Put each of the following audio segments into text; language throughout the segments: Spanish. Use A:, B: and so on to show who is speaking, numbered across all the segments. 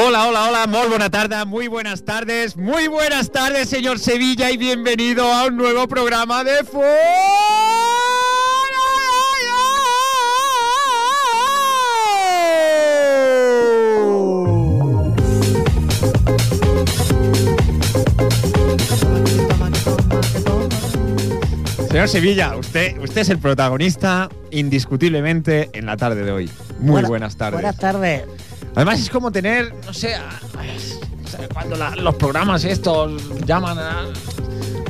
A: Hola, hola, hola, muy buena tarde, muy buenas tardes, muy buenas tardes, señor Sevilla, y bienvenido a un nuevo programa de Fútbol. Señor Sevilla, usted, usted es el protagonista indiscutiblemente en la tarde de hoy. Muy
B: Buena-
A: buenas tardes.
B: Buenas tardes.
A: Además es como tener, no sé, a- o sea, cuando la- los programas estos llaman a,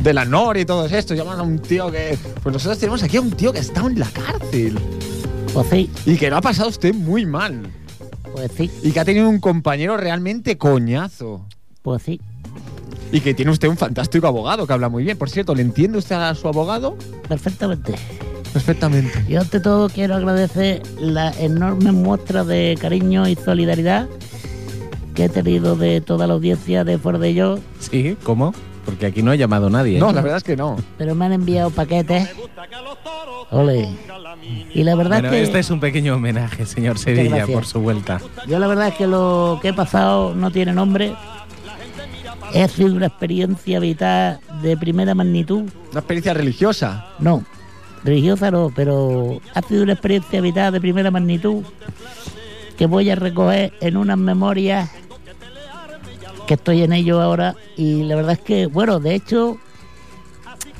A: de la NOR y todo esto, llaman a un tío que... Pues nosotros tenemos aquí a un tío que está en la cárcel
B: Pues sí,
A: y que lo ha pasado usted muy mal
B: pues sí,
A: y que ha tenido un compañero realmente coñazo.
B: pues sí.
A: Y que tiene usted un fantástico abogado que habla muy bien. Por cierto, ¿le entiende usted a su abogado?
B: Perfectamente.
A: Perfectamente.
B: Yo ante todo quiero agradecer la enorme muestra de cariño y solidaridad que he tenido de toda la audiencia de Fuera de Yo,
C: Sí, ¿cómo? Porque aquí no ha llamado nadie. ¿eh?
A: No, la verdad es que no.
B: pero me han enviado paquetes. Ole. Y la verdad
C: Bueno,
B: es que
C: este es un pequeño homenaje, señor Sevilla,
B: gracia.
C: por su vuelta.
B: yo la verdad es que lo que he pasado no tiene nombre. Ha sido una experiencia vital de primera magnitud.
A: Una experiencia religiosa.
B: No, religiosa no, pero ha sido una experiencia vital de primera magnitud que voy a recoger en unas memorias que estoy en ello ahora y la verdad es que, bueno, de hecho,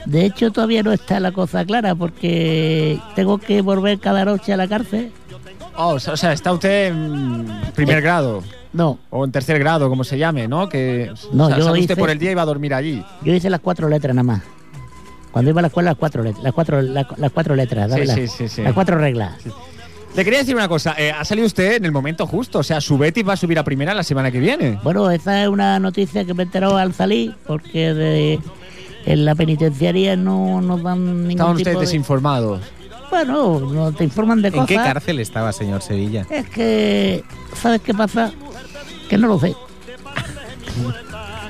B: de hecho todavía no está la cosa clara porque tengo que volver cada noche a la cárcel.
A: Oh, o sea, o sea, está usted en primer grado.
B: No,
A: O en tercer grado, como se llame, ¿no? Que
B: No,
A: sa-
B: yo
A: sale usted
B: hice- este-
A: por el día y va a dormir allí.
B: yo hice las cuatro letras nada más. Cuando iba a la escuela, las cuatro, let- las cuatro, las, las cuatro letras,
A: Sí,
B: dámela.
A: sí, sí, sí.
B: las cuatro reglas.
A: Le quería decir una cosa, eh, ha salido usted en el momento justo, o sea, su Betis va a subir a primera la semana que viene.
B: Bueno, esa es una noticia que me he enterado al salir, porque de- en la penitenciaría no nos dan ningún
A: Estaban ustedes
B: tipo de...
A: desinformados.
B: Bueno, no te informan de
C: ¿En
B: cosas.
C: qué cárcel estaba, señor Sevilla?
B: Es que, ¿sabes qué pasa? Que no lo sé.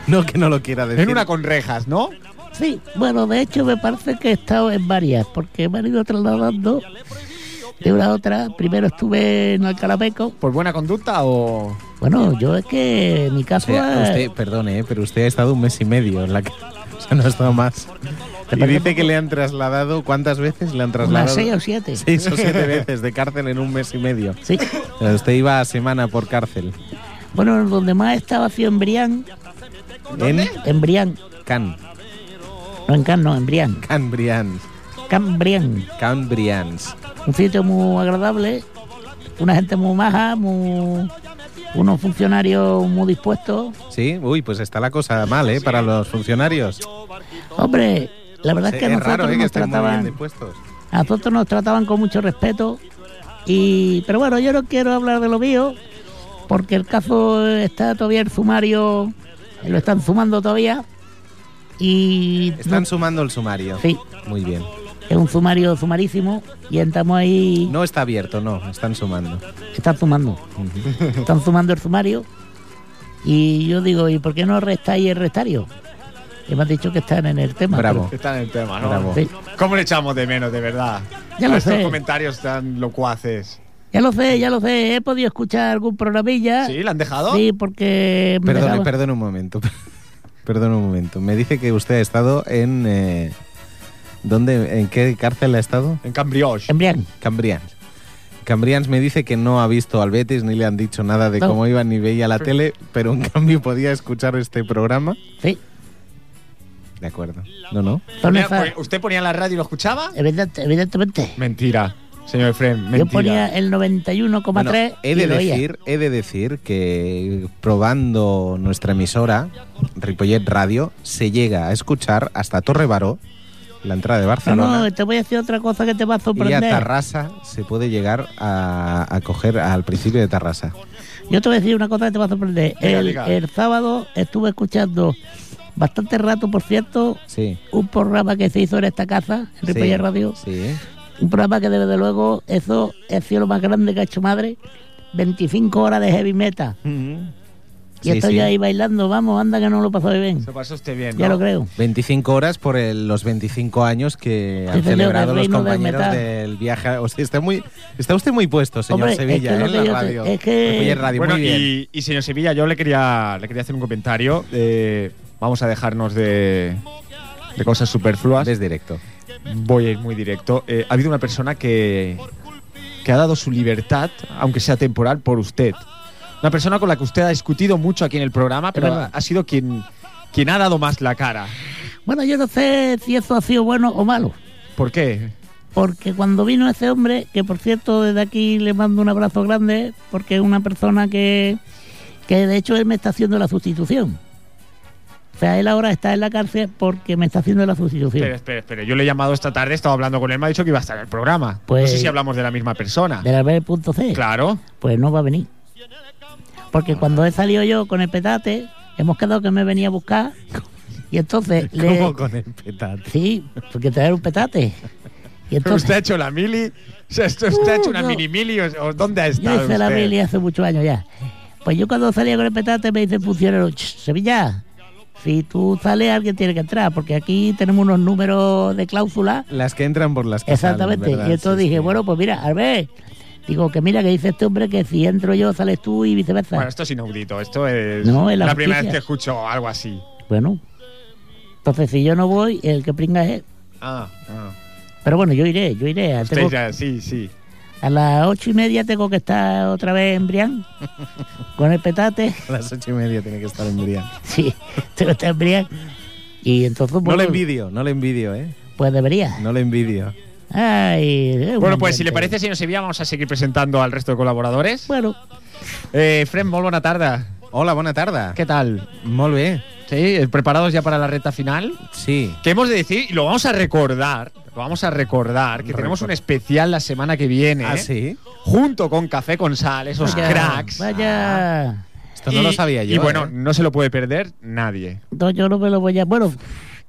C: No que no lo quiera decir.
A: En una con rejas, ¿no?
B: Sí, bueno, de hecho me parece que he estado en varias, porque me han ido trasladando de una a otra. Primero estuve en Alcalapeco.
A: ¿Por buena conducta o...?
B: Bueno, yo es que mi
C: O
B: caso
C: sea,
B: es-
C: usted, perdone, eh, pero usted ha estado un mes y medio en la ca- O sea, no ha estado más.
B: ¿Te
C: Y
B: parece
C: dice que
B: poco?
C: le han trasladado, ¿cuántas veces le han
B: unas
C: trasladado?
B: seis o siete.
C: Seis o siete veces de cárcel en un mes y medio.
B: sí.
C: O sea, Usted iba a semana por cárcel.
B: Bueno, donde más estaba ha sido en Brián,
C: En
B: en Brián,
C: Can,
B: no en Cannes, no, en Brián.
C: Cambrians.
B: Cambrián,
C: Cambrians.
B: un sitio muy agradable, una gente muy maja, muy- unos funcionarios muy dispuestos.
C: Sí, uy, pues está la cosa mal, ¿eh? Para los funcionarios.
B: Hombre, la verdad es que a
C: es
B: nosotros
C: raro, ¿eh? Que
B: nos
C: estén muy bien
B: trataban,
C: dispuestos.
B: a nosotros nos trataban con mucho respeto. Y, pero bueno, yo no quiero hablar de lo mío, porque el caso está todavía en sumario, lo están sumando todavía. Y
C: Están sumando el sumario.
B: sí,
C: Muy bien.
B: es un sumario sumarísimo y estamos ahí,
C: No está abierto, no, están sumando.
B: están sumando.
C: Ujú.
B: Están sumando el sumario y yo digo, ¿y por qué no restáis el restario? Y me han dicho que están en el tema.
C: Bravo.
A: Está en el tema, ¿no?
C: Bravo.
B: pero- sí,
A: ¿Cómo le echamos de menos, de verdad?
B: Ya lo
A: A estos
B: sé.
A: comentarios tan locuaces.
B: ya lo sé, ya lo sé. He podido escuchar algún programilla.
A: ¿Sí? ¿La han dejado?
B: Ah, Sí, porque... me
C: Perdone,
B: daba-
C: perdone un momento. Perdone un momento. Me dice que usted ha estado en... eh, ¿Dónde? ¿En qué cárcel ha estado?
A: En Cambrioche.
B: Embrián.
C: Cambrians. Cambrians me dice que no ha visto al Betis ni le han dicho nada de
B: No.
C: cómo iban ni veía la tele, pero en cambio podía escuchar este programa.
B: Sí.
C: De acuerdo. No, no.
B: Son
A: Ponía-
B: esas-
A: ¿Usted ponía la radio y lo escuchaba?
B: evidente- evidentemente.
A: Mentira, señor Efrem, mentira.
B: Yo ponía el 91,3
C: Bueno, he,
B: y
C: de
B: lo oía.
C: decir, he de decir que probando nuestra emisora, Ripollet Radio, se llega a escuchar hasta Torre Baró, la entrada de
B: No,
C: Barcelona.
B: no, te voy a decir otra cosa que te va a
C: y a
B: sorprender.
C: Tarrasa se puede llegar a, a coger al principio de Tarrasa.
B: Yo te voy a decir una cosa que te va a sorprender.
A: Diga,
B: el,
A: diga.
B: el sábado estuve escuchando bastante rato, por cierto,
C: Sí.
B: un programa que se hizo en esta casa, en Ripoller
C: sí,
B: Radio.
C: Sí.
B: Un programa que desde luego, eso es lo más grande que ha hecho madre. 25 horas de heavy metal. Y
C: Sí,
B: estoy
C: sí.
B: ahí bailando, vamos, anda que no lo pasáis bien.
A: Se pasó usted bien,
B: Ya
A: ¿no?
B: lo creo.
C: 25 horas por el- los 25 años que han
B: señor,
C: celebrado
B: del
C: los
B: reino del
C: compañeros
B: metal.
C: del viaje. a- O sea, está, muy, está usted muy puesto, señor
B: Hombre, es
C: Sevilla,
B: que lo
C: ¿eh?
B: que
C: en
B: yo
C: la
B: te-
C: radio.
B: es que-
C: Ripollet Radio,
A: Bueno,
C: muy bien.
A: y, y señor Sevilla, yo le quería, le quería hacer un comentario. eh, vamos a dejarnos de, de cosas superfluas.
C: Ves directo.
A: Voy a ir muy directo. Eh, ha habido una persona que, que ha dado su libertad, aunque sea temporal, por usted. Una persona con la que usted ha discutido mucho aquí en el programa, pero ha,
B: verdad.
A: ha sido quien, quien ha dado más la cara.
B: Bueno, yo no sé si eso ha sido bueno o malo.
A: ¿Por qué?
B: Porque cuando vino ese hombre, que por cierto desde aquí le mando un abrazo grande, porque es una persona que, que de hecho él me está haciendo la sustitución. O sea, él ahora está en la cárcel porque me está haciendo la sustitución.
A: Espera, espera, espera. Yo le he llamado esta tarde, he estado hablando con él, me ha dicho que iba a estar en el programa. no
B: Pues-
A: sé si hablamos de la misma persona.
B: De la B.C.
A: Claro.
B: Pues no va a venir. Porque cuando he salido yo con el petate, hemos quedado que me venía a buscar. Y entonces le.
C: ¿Cómo con el petate?
B: Sí, porque traer un petate. Y entonces.
A: usted ha hecho la mili. O sea, esto- usted ha hecho una
B: yo-
A: mini mili. o- o ¿Dónde ha
B: Yo
A: estado?
B: hice la
A: usted?
B: mili hace muchos años ya. Pues yo cuando salía con el petate me dice el funcionario, "Ch, Sevilla, si tú sales alguien tiene que entrar, porque aquí tenemos unos números de cláusula.
C: Las que entran por las que
B: Exactamente.
C: salen, ¿verdad?
B: y entonces
C: Sí,
B: dije,
C: sí.
B: bueno, pues mira, a ver. Digo que mira que dice este hombre que si entro yo sales tú y viceversa.
A: Bueno, esto es inaudito. Esto es
B: No, es
A: la,
B: la
A: primera vez
B: justicia.
A: que escucho algo así.
B: Bueno. Entonces si yo no voy, el que pringa es él.
A: Ah, ah.
B: Pero bueno, yo iré, yo iré.
A: Usted
B: Tengo-
A: ya- sí, sí.
B: a las ocho y media tengo que estar otra vez en Brián con el petate.
C: A las ocho y media tiene que estar en Brian.
B: Sí, tengo que estar en Brián. Y entonces
C: No
B: bueno,
C: le envidio, no le envidio, ¿eh?
B: Pues debería.
C: No le envidio.
B: Ay, es un
A: Bueno, pues si le
B: ambiente.
A: parece, señor Sevilla, vamos a seguir presentando al resto de colaboradores.
B: Bueno,
A: Eh, Fred, muy buena tarde.
C: Hola, buena tarde.
A: ¿Qué tal?
C: Molt bé.
A: ¿Sí? eh, ¿Preparados ya para la recta final?
C: Sí.
A: Que hemos de decir, y lo vamos a recordar, lo vamos a recordar, que tenemos un especial la semana que viene,
C: Ah, sí.
A: junto con Café con Sal, esos
B: vaya.
A: cracks.
B: Vaya.
C: Esto no lo sabía yo.
A: Y bueno,
C: ¿eh?
A: no se lo puede perder nadie.
B: No, yo no me lo voy a. Bueno,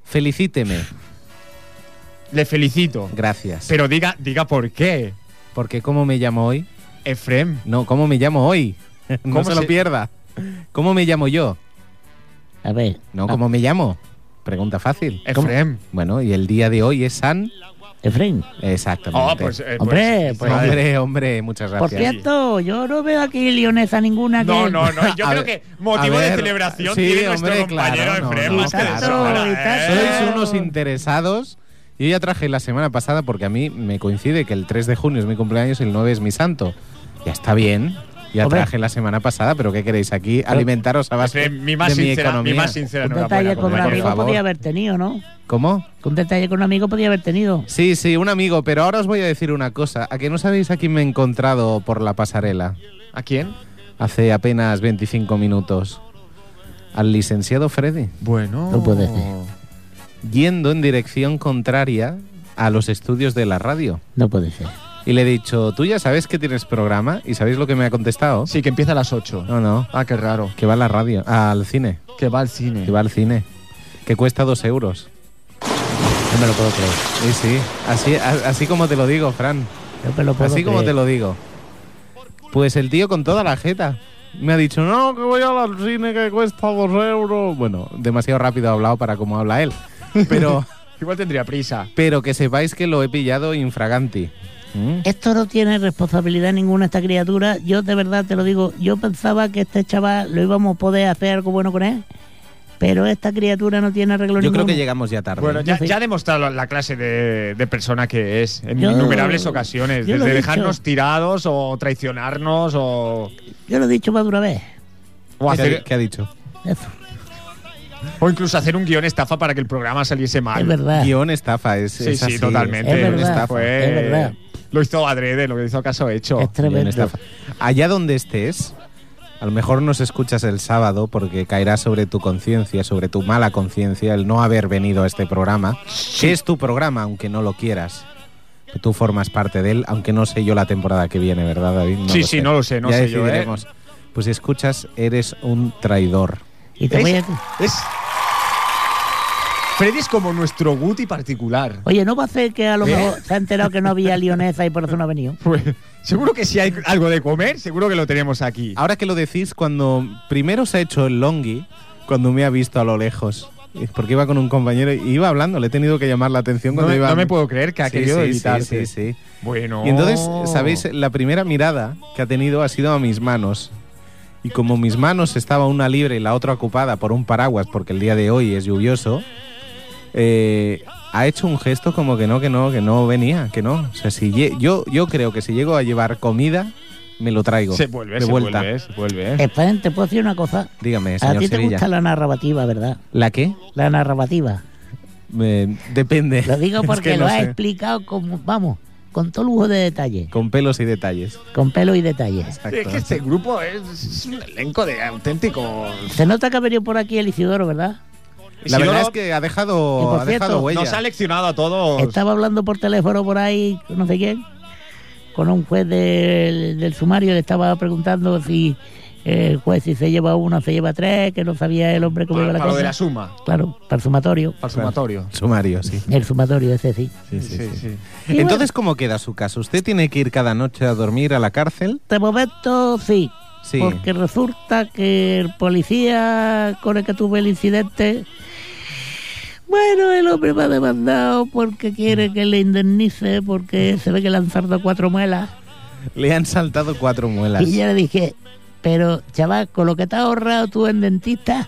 C: felicíteme.
A: Le felicito.
C: Gracias.
A: Pero diga, diga por qué.
C: Porque cómo me llamo hoy.
A: Efrem,
C: No, ¿cómo me llamo hoy?
A: ¿Cómo
C: No se lo
A: se-
C: pierda. ¿Cómo me llamo yo?
B: a ver.
C: No, ¿cómo me llamo? Pregunta fácil. ¿Cómo?
A: Efrem.
C: Bueno, y el día de hoy es San.
B: Ah, Efraín.
C: Exactamente.
A: Oh, pues, eh,
B: Hombre,
A: pues-
B: pues-
C: hombre, hombre, muchas
B: Por
C: gracias.
B: cierto, yo no veo aquí leonesa ninguna. que-
A: No, no, no. Yo
C: A
A: creo
C: ver,
A: que motivo
C: a
A: de
C: ver,
A: celebración
C: sí,
A: tiene nuestro
C: hombre,
A: compañero
C: claro, no,
A: Efrem.
C: no,
A: más que de
B: claro.
A: sobra, ¿eh?
C: Sois unos interesados. Yo ya traje la semana pasada porque a mí me coincide que el 3 de junio es mi cumpleaños y el 9 es mi santo. Ya está bien. Ya
B: Hombre.
C: traje la semana pasada, pero ¿qué queréis aquí? Alimentaros a base
A: Efrem, mi más
C: de mi
A: sincera, mi
C: economía.
A: más sincera
B: Un detalle
A: enhorabuena
B: con un
A: por
C: por
B: amigo
C: favor.
B: podía haber tenido, ¿no?
C: ¿Cómo?
B: Un detalle con un amigo podía haber tenido.
C: Sí, sí, un amigo, pero ahora os voy a decir una cosa. ¿A que no sabéis a quién me he encontrado por la pasarela?
A: ¿eh? ¿A quién?
C: Hace apenas 25 minutos. Al licenciado Freddy.
A: Bueno.
B: No puede ser.
C: Yendo en dirección contraria a los estudios de la radio.
B: No puede ser.
C: Y le he dicho, ¿tú ya sabes que tienes programa? ¿Y sabéis lo que me ha contestado?
A: Sí, que empieza a las 8.
C: No, no.
A: Ah, qué raro.
C: Que va a la radio. Al cine.
A: Que va al cine.
C: Que va al cine. Que cuesta dos euros.
B: No me lo puedo creer.
C: Sí, sí. Así, a- así como te lo digo, Fran.
B: No me lo puedo
C: Así como
B: creer.
C: te lo digo. Pues el tío con toda la jeta. Me ha dicho, no, que voy al cine que cuesta dos euros. Bueno, demasiado rápido ha hablado para como habla él. Pero,
A: Igual tendría prisa.
C: pero que sepáis que lo he pillado infraganti. ¿Mm?
B: Esto no tiene responsabilidad ninguna esta criatura. Yo de verdad te lo digo, yo pensaba que este chaval lo íbamos a poder hacer algo bueno con él, pero esta criatura no tiene arreglo
C: Yo
B: ninguno.
C: creo que llegamos ya tarde. ¿eh?
A: Bueno, ya,
B: Sí.
A: ya ha demostrado la clase de, de persona que es en
B: Yo-
A: innumerables ocasiones.
B: yo lo
A: Desde
B: he
A: dejarnos
B: dicho.
A: tirados o traicionarnos o,
B: Yo lo he dicho más de una vez.
A: o,
C: ¿Qué, ha,
A: hacer-
C: qué ha dicho?
B: Eso,
A: o incluso hacer un guión estafa para que el programa saliese mal.
B: es verdad.
C: Guión estafa, es,
A: Sí,
C: es
A: sí,
C: así,
A: totalmente.
B: es
C: guión
B: verdad,
C: estafa.
A: Fue-
B: es verdad.
A: Lo hizo adrede, lo hizo caso hecho.
B: Es
C: Guión
B: tremendo.
C: estafa. Allá donde estés, a lo mejor nos escuchas el sábado porque caerá sobre tu conciencia, sobre tu mala conciencia, el no haber venido a este programa, que es tu programa, aunque no lo quieras. Tú formas parte de él, aunque no sé yo la temporada que viene, ¿verdad, David?
A: Sí, sí, no lo sé, no
C: ya
A: sé yo, ¿eh?
C: decidiremos. Pues si escuchas, eres un traidor.
B: Y te voy a...
A: Es-
D: Freddy es como nuestro Guti particular.
B: Oye, ¿no va a ser que a lo
D: ¿Eh?
B: mejor se ha enterado que no había lionesa y por eso no ha venido?
D: Pues, seguro que si hay algo de comer, seguro que lo tenemos aquí.
C: Ahora que lo decís, cuando primero se ha hecho el longi, cuando me ha visto a lo lejos, es porque iba con un compañero y iba hablando, le he tenido que llamar la atención
D: No,
C: cuando
D: me-
C: iba.
D: no me puedo creer que ha
C: Sí,
D: querido
C: sí,
D: evitar.
C: sí, sí, sí.
D: Bueno.
C: Y entonces, ¿sabéis? La primera mirada que ha tenido ha sido a mis manos. Y como mis manos estaba una libre y la otra ocupada por un paraguas, porque el día de hoy es lluvioso, eh, ha hecho un gesto como que no, que no, que no venía, que no. O sea, si lle- yo, yo creo que si llego a llevar comida, me lo traigo.
D: Se vuelve,
C: de
D: se
C: vuelta.
D: vuelve, ¿eh? se vuelve.
B: Efraín, te puedo decir una cosa.
C: Dígame,
B: A
C: señor
B: ti te
C: Sevilla.
B: gusta la narrativa, ¿verdad?
C: ¿La qué?
B: La narrativa.
C: Eh, depende.
B: Lo digo
C: Es
B: porque
C: que
B: lo
C: no
B: has
C: sé.
B: explicado con, vamos, con todo lujo de detalle,
C: Con pelos y detalles.
B: con pelo y detalles.
D: Es que este grupo es, es un elenco de auténticos.
B: Se nota que ha venido por aquí el Isidoro, ¿verdad?
C: La
D: Si no,
C: verdad
D: no-
C: es que ha
B: Y
C: dejado,
B: por
C: ha dejado
B: cierto,
C: huella.
D: Nos ha leccionado a todos.
B: Estaba hablando por teléfono por ahí, no sé quién, con un juez del, del sumario, le estaba preguntando si eh, el juez si se lleva uno, se lleva tres, que no sabía el hombre cómo
D: para,
B: iba la
D: para lo de
B: cosa.
D: la suma,
B: Claro, para el sumatorio.
D: para el sumatorio.
C: Sumario, sí.
B: El sumatorio ese sí.
C: Sí, sí, sí.
D: sí.
B: Y
C: Entonces, ¿cómo queda su caso? ¿Usted tiene que ir cada noche a dormir a la cárcel?
B: De momento sí,
C: Sí.
B: porque resulta que el policía con el que tuve el incidente, bueno, el hombre me ha demandado porque quiere que le indemnice, porque se ve que le han saltado cuatro muelas.
C: Le han saltado cuatro muelas.
B: Y yo le dije, pero chaval, con lo que te has ahorrado tú en dentista,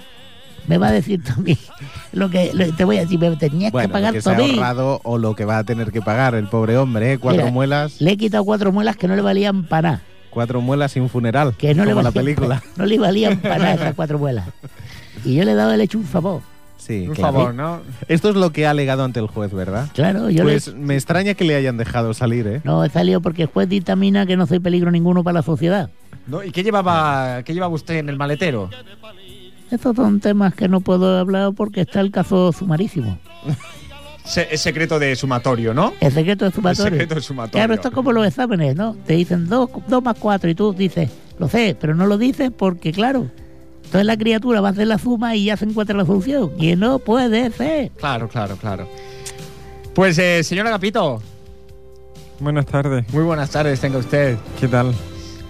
B: me va a decir tú a mí lo que lo- te voy a decir, me tenías que
C: Bueno, lo
B: pagar
C: que
B: tú
C: se
B: a
C: ha
B: mí.
C: ahorrado o lo que va a tener que pagar el pobre hombre, ¿eh? Cuatro
B: Mira.
C: muelas,
B: Le he quitado cuatro muelas que no le valían para nada.
C: cuatro muelas y un funeral,
B: que no le
C: como la
B: valían,
C: película.
B: No le valían para nada esas cuatro muelas. Y yo le he dado el hecho un favor.
C: Sí,
D: Por
C: claro.
D: favor, ¿no?
C: Esto es lo que ha alegado ante el juez, ¿verdad?
B: Claro, yo
C: pues
B: le...
C: me extraña que le hayan dejado salir, ¿eh?
B: No, he salido porque el juez dictamina que no soy peligro ninguno para la sociedad.
D: ¿No? ¿Y qué llevaba, qué llevaba usted en el maletero?
B: Estos son temas que no puedo hablar porque está el caso sumarísimo.
D: Se- es secreto de sumatorio, ¿no?
B: El secreto de
D: El
B: sumatorio.
D: secreto de sumatorio.
B: Claro, esto es como los exámenes, ¿no? Te dicen 2 dos, dos más 4 y tú dices, lo sé, pero no lo dices porque, claro, entonces la criatura va a hacer la suma y ya se encuentra la solución. Y no puede ser.
D: Claro, claro, claro. Pues, eh, señor Agapito,
A: Buenas tardes,
D: muy buenas tardes, tenga usted.
A: ¿qué tal?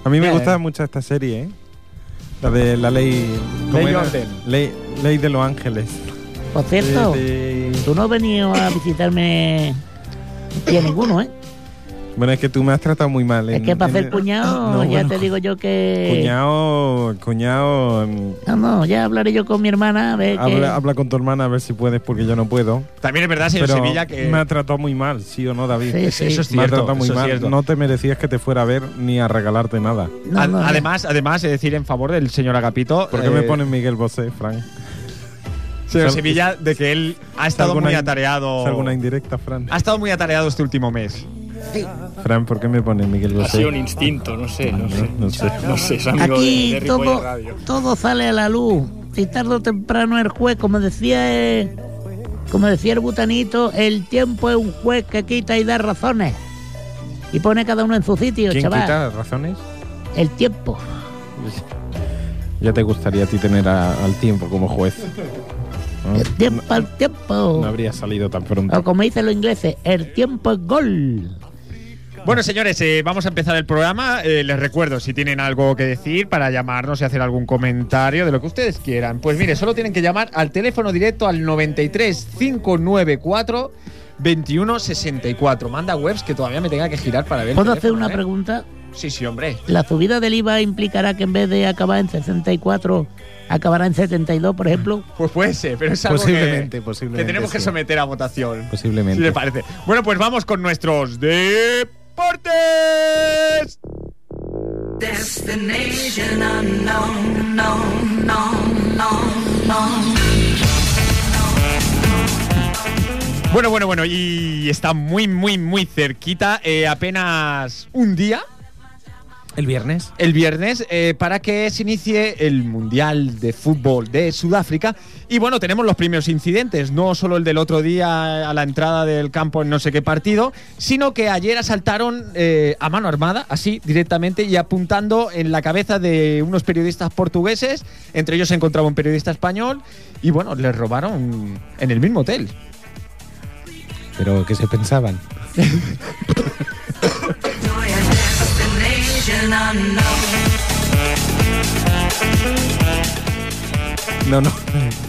A: A mí me
D: Bien.
A: gusta mucho esta serie, ¿eh? La de la ley...
D: Ley y
A: era?
D: orden.
A: Ley, ley de los ángeles.
B: Por cierto,
A: De- de-
B: tú no has venido a visitarme y a ninguno, ¿eh?
A: Bueno, es que tú me has tratado muy mal.
B: es
A: en-
B: que para
A: en-
B: hacer cuñado, eh,
A: No,
B: ya
A: bueno,
B: te digo yo que...
A: Cuñado, cuñado... mm,
B: No, no, ya hablaré yo con mi hermana, a ver qué...
A: Habla, habla con tu hermana a ver si puedes, porque yo no puedo.
D: También es verdad, señor
A: Pero
D: Sevilla, que...
A: me ha tratado muy mal, ¿sí o no, David?
B: Sí,
D: Eso-
B: sí.
D: eso es
A: me ha
D: cierto,
A: tratado muy
D: eso es
A: mal.
D: cierto.
A: No te merecías que te fuera a ver ni a regalarte nada.
B: No,
D: Ad-
B: no, ya.
D: además, además, es decir, en favor del señor Agapito.
A: ¿Por qué
D: eh,
A: me pones Miguel Bosé, Frank?
D: Señor
A: sal-
D: Sevilla, de que él ha estado
A: alguna
D: muy
A: in-
D: atareado.
A: ¿Es alguna indirecta, Frank?
D: Ha estado muy atareado este último mes.
A: Fran, ¿por qué me pones Miguel
E: Ha sido
A: Bosé?
E: un instinto, no sé, no sé.
A: No sé.
E: No sé, es amigo de,
B: Aquí
E: de Ripoll
B: todo,
E: Radio.
B: todo sale a la luz. Y tarde o temprano el juez, como decía eh, como decía el butanito, el tiempo es un juez que quita y da razones. Y pone cada uno en su sitio,
A: ¿Quién
B: chaval.
A: quita razones?
B: El tiempo.
A: Ya te gustaría a ti tener a- al tiempo como juez. ¿no?
B: El tiempo, el tiempo.
A: No habría salido tan
B: O
A: pronto.
B: como dicen los ingleses, el tiempo es gol.
D: Bueno, señores, eh, vamos a empezar el programa. Eh, les recuerdo, si tienen algo que decir para llamarnos y hacer algún comentario de lo que ustedes quieran, pues mire, solo tienen que llamar al teléfono directo al 93 594 2164. Manda webs que todavía me tenga que girar para ver. el
B: ¿Puedo hacer
D: teléfono,
B: una
D: ¿eh?
B: pregunta?
D: Sí, sí, hombre.
B: ¿La subida del IVA implicará que en vez de acabar en 64, acabará en 72, por ejemplo?
D: Pues puede ser, pero es algo que-
C: Posiblemente,
D: que,
C: posiblemente.
D: tenemos que
C: sí.
D: someter a votación. Si
C: Posiblemente.
D: le parece. Bueno, pues vamos con nuestros deportes.
F: Destination unknown, known, known, known, known.
D: Bueno, bueno, bueno, y está muy, muy, muy cerquita. eh, apenas un día
C: El viernes.
D: el viernes eh, para que se inicie el Mundial de Fútbol de Sudáfrica. Y bueno, tenemos los primeros incidentes, no solo el del otro día a la entrada del campo en no sé qué partido, sino que ayer asaltaron eh, a mano armada, así directamente, y apuntando en la cabeza de unos periodistas portugueses, entre ellos se encontraba un periodista español, y bueno, les robaron en el mismo hotel.
C: Pero ¿qué se pensaban?
F: You're your destination unknown.
C: No, no.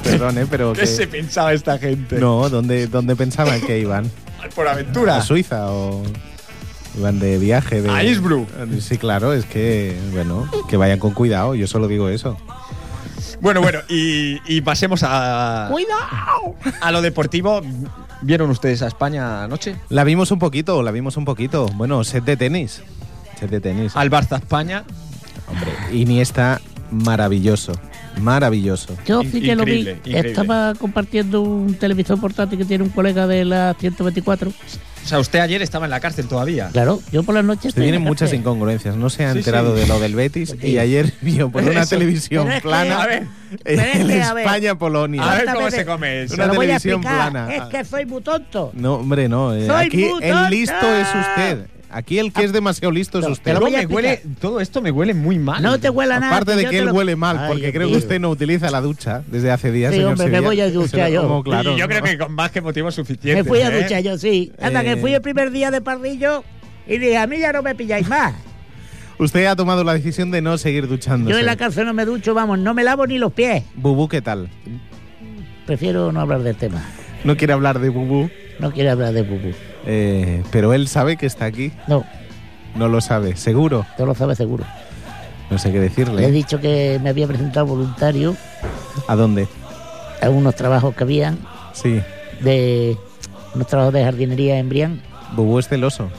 C: Perdón, ¿eh? Pero
D: ¿Qué se
C: que...
D: pensaba esta gente?
C: No, ¿dónde, ¿dónde pensaban que iban?
D: Por aventura.
C: ¿A Suiza o...? Iban de viaje. De...
D: A Innsbruck.
C: Sí, claro, es que, bueno, que vayan con cuidado, yo solo digo eso.
D: Bueno, bueno, y, y pasemos a. ¡Cuidado! A lo deportivo. ¿Vieron ustedes a España anoche?
C: La vimos un poquito, la vimos un poquito. Bueno, set de tenis. Set de tenis.
D: Al Barça España.
C: Hombre, Iniesta, maravilloso. Maravilloso.
B: Yo
D: In-
B: sí que lo vi.
D: increíble, increíble.
B: Estaba compartiendo un televisor portátil que tiene un colega de la 124.
D: O sea, usted ayer estaba en la cárcel todavía.
B: Claro, yo por las noches.
C: Se
B: estoy en
C: vienen
B: la
C: muchas
B: cárcel.
C: incongruencias. No se ha
D: Sí,
C: enterado
D: sí.
C: de lo del Betis y ayer vio por una
D: Eso.
C: televisión
B: Pero es que-
C: plana
B: A
D: ver,
B: pero es
C: el
B: que, a ver.
D: A
C: España-Polonia.
D: ver cómo
B: Cuéntame
D: se
B: de-
D: come eso.
C: Una
B: Te lo voy a
C: televisión
B: explicar,
C: plana.
B: Es que soy muy tonto.
C: No, hombre, no. eh,
B: Soy
C: Aquí
B: putonta.
C: el listo es usted. Aquí el que es demasiado listo es
B: No,
C: usted.
B: te lo voy
D: Luego
B: a
D: me huele,
B: explicar.
D: todo esto me huele muy mal.
B: No te huela nada.
C: Aparte de
B: yo
C: que
B: te
C: él
B: lo-
C: huele mal,
B: Ay,
C: porque creo que
B: tío.
C: usted no utiliza la ducha desde hace días,
B: Sí,
C: señor
B: hombre, me
C: Sevilla.
B: voy a
C: Se lo
B: duchar yo.
C: como claro,
D: y yo creo
C: ¿no?
D: que con más que motivos
B: Me
D: suficientes.
B: fui a
D: ¿eh?
B: duchar yo, sí. Hasta
C: Eh.
B: que fui el primer día de parrillo y dije, a mí ya no me pilláis más.
C: Usted ha tomado la decisión de no seguir duchándose.
B: Yo en la cárcel no me ducho, vamos, no me lavo ni los pies.
C: Bubú, ¿qué tal?
B: Prefiero no hablar del tema.
C: No quiere hablar de Bubú,
B: No quiero hablar de pupú.
C: eh, pero él sabe que está aquí.
B: No,
C: No lo sabe, seguro.
B: tú lo sabes seguro.
C: No sé qué
B: Le he
C: decirle.
B: dicho que me había presentado voluntario
C: ¿A dónde?
B: a unos trabajos que habían
C: Sí,
B: de unos trabajos de jardinería en Brián.
C: Bubú es celoso.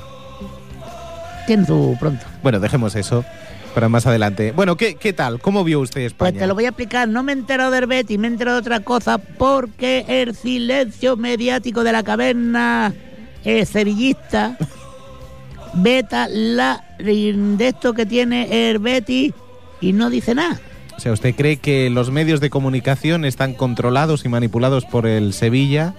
B: Tiene su pronto.
C: Bueno, dejemos eso para más adelante. Bueno, ¿qué, qué tal? ¿Cómo vio usted España?
B: Pues te lo voy a explicar, no me he enterado del Betis, me he enterado de otra cosa, porque el silencio mediático de la caverna eh, sevillista veta la de esto que tiene el Betis y no dice nada.
C: O sea, ¿usted cree que los medios de comunicación están controlados y manipulados por el Sevilla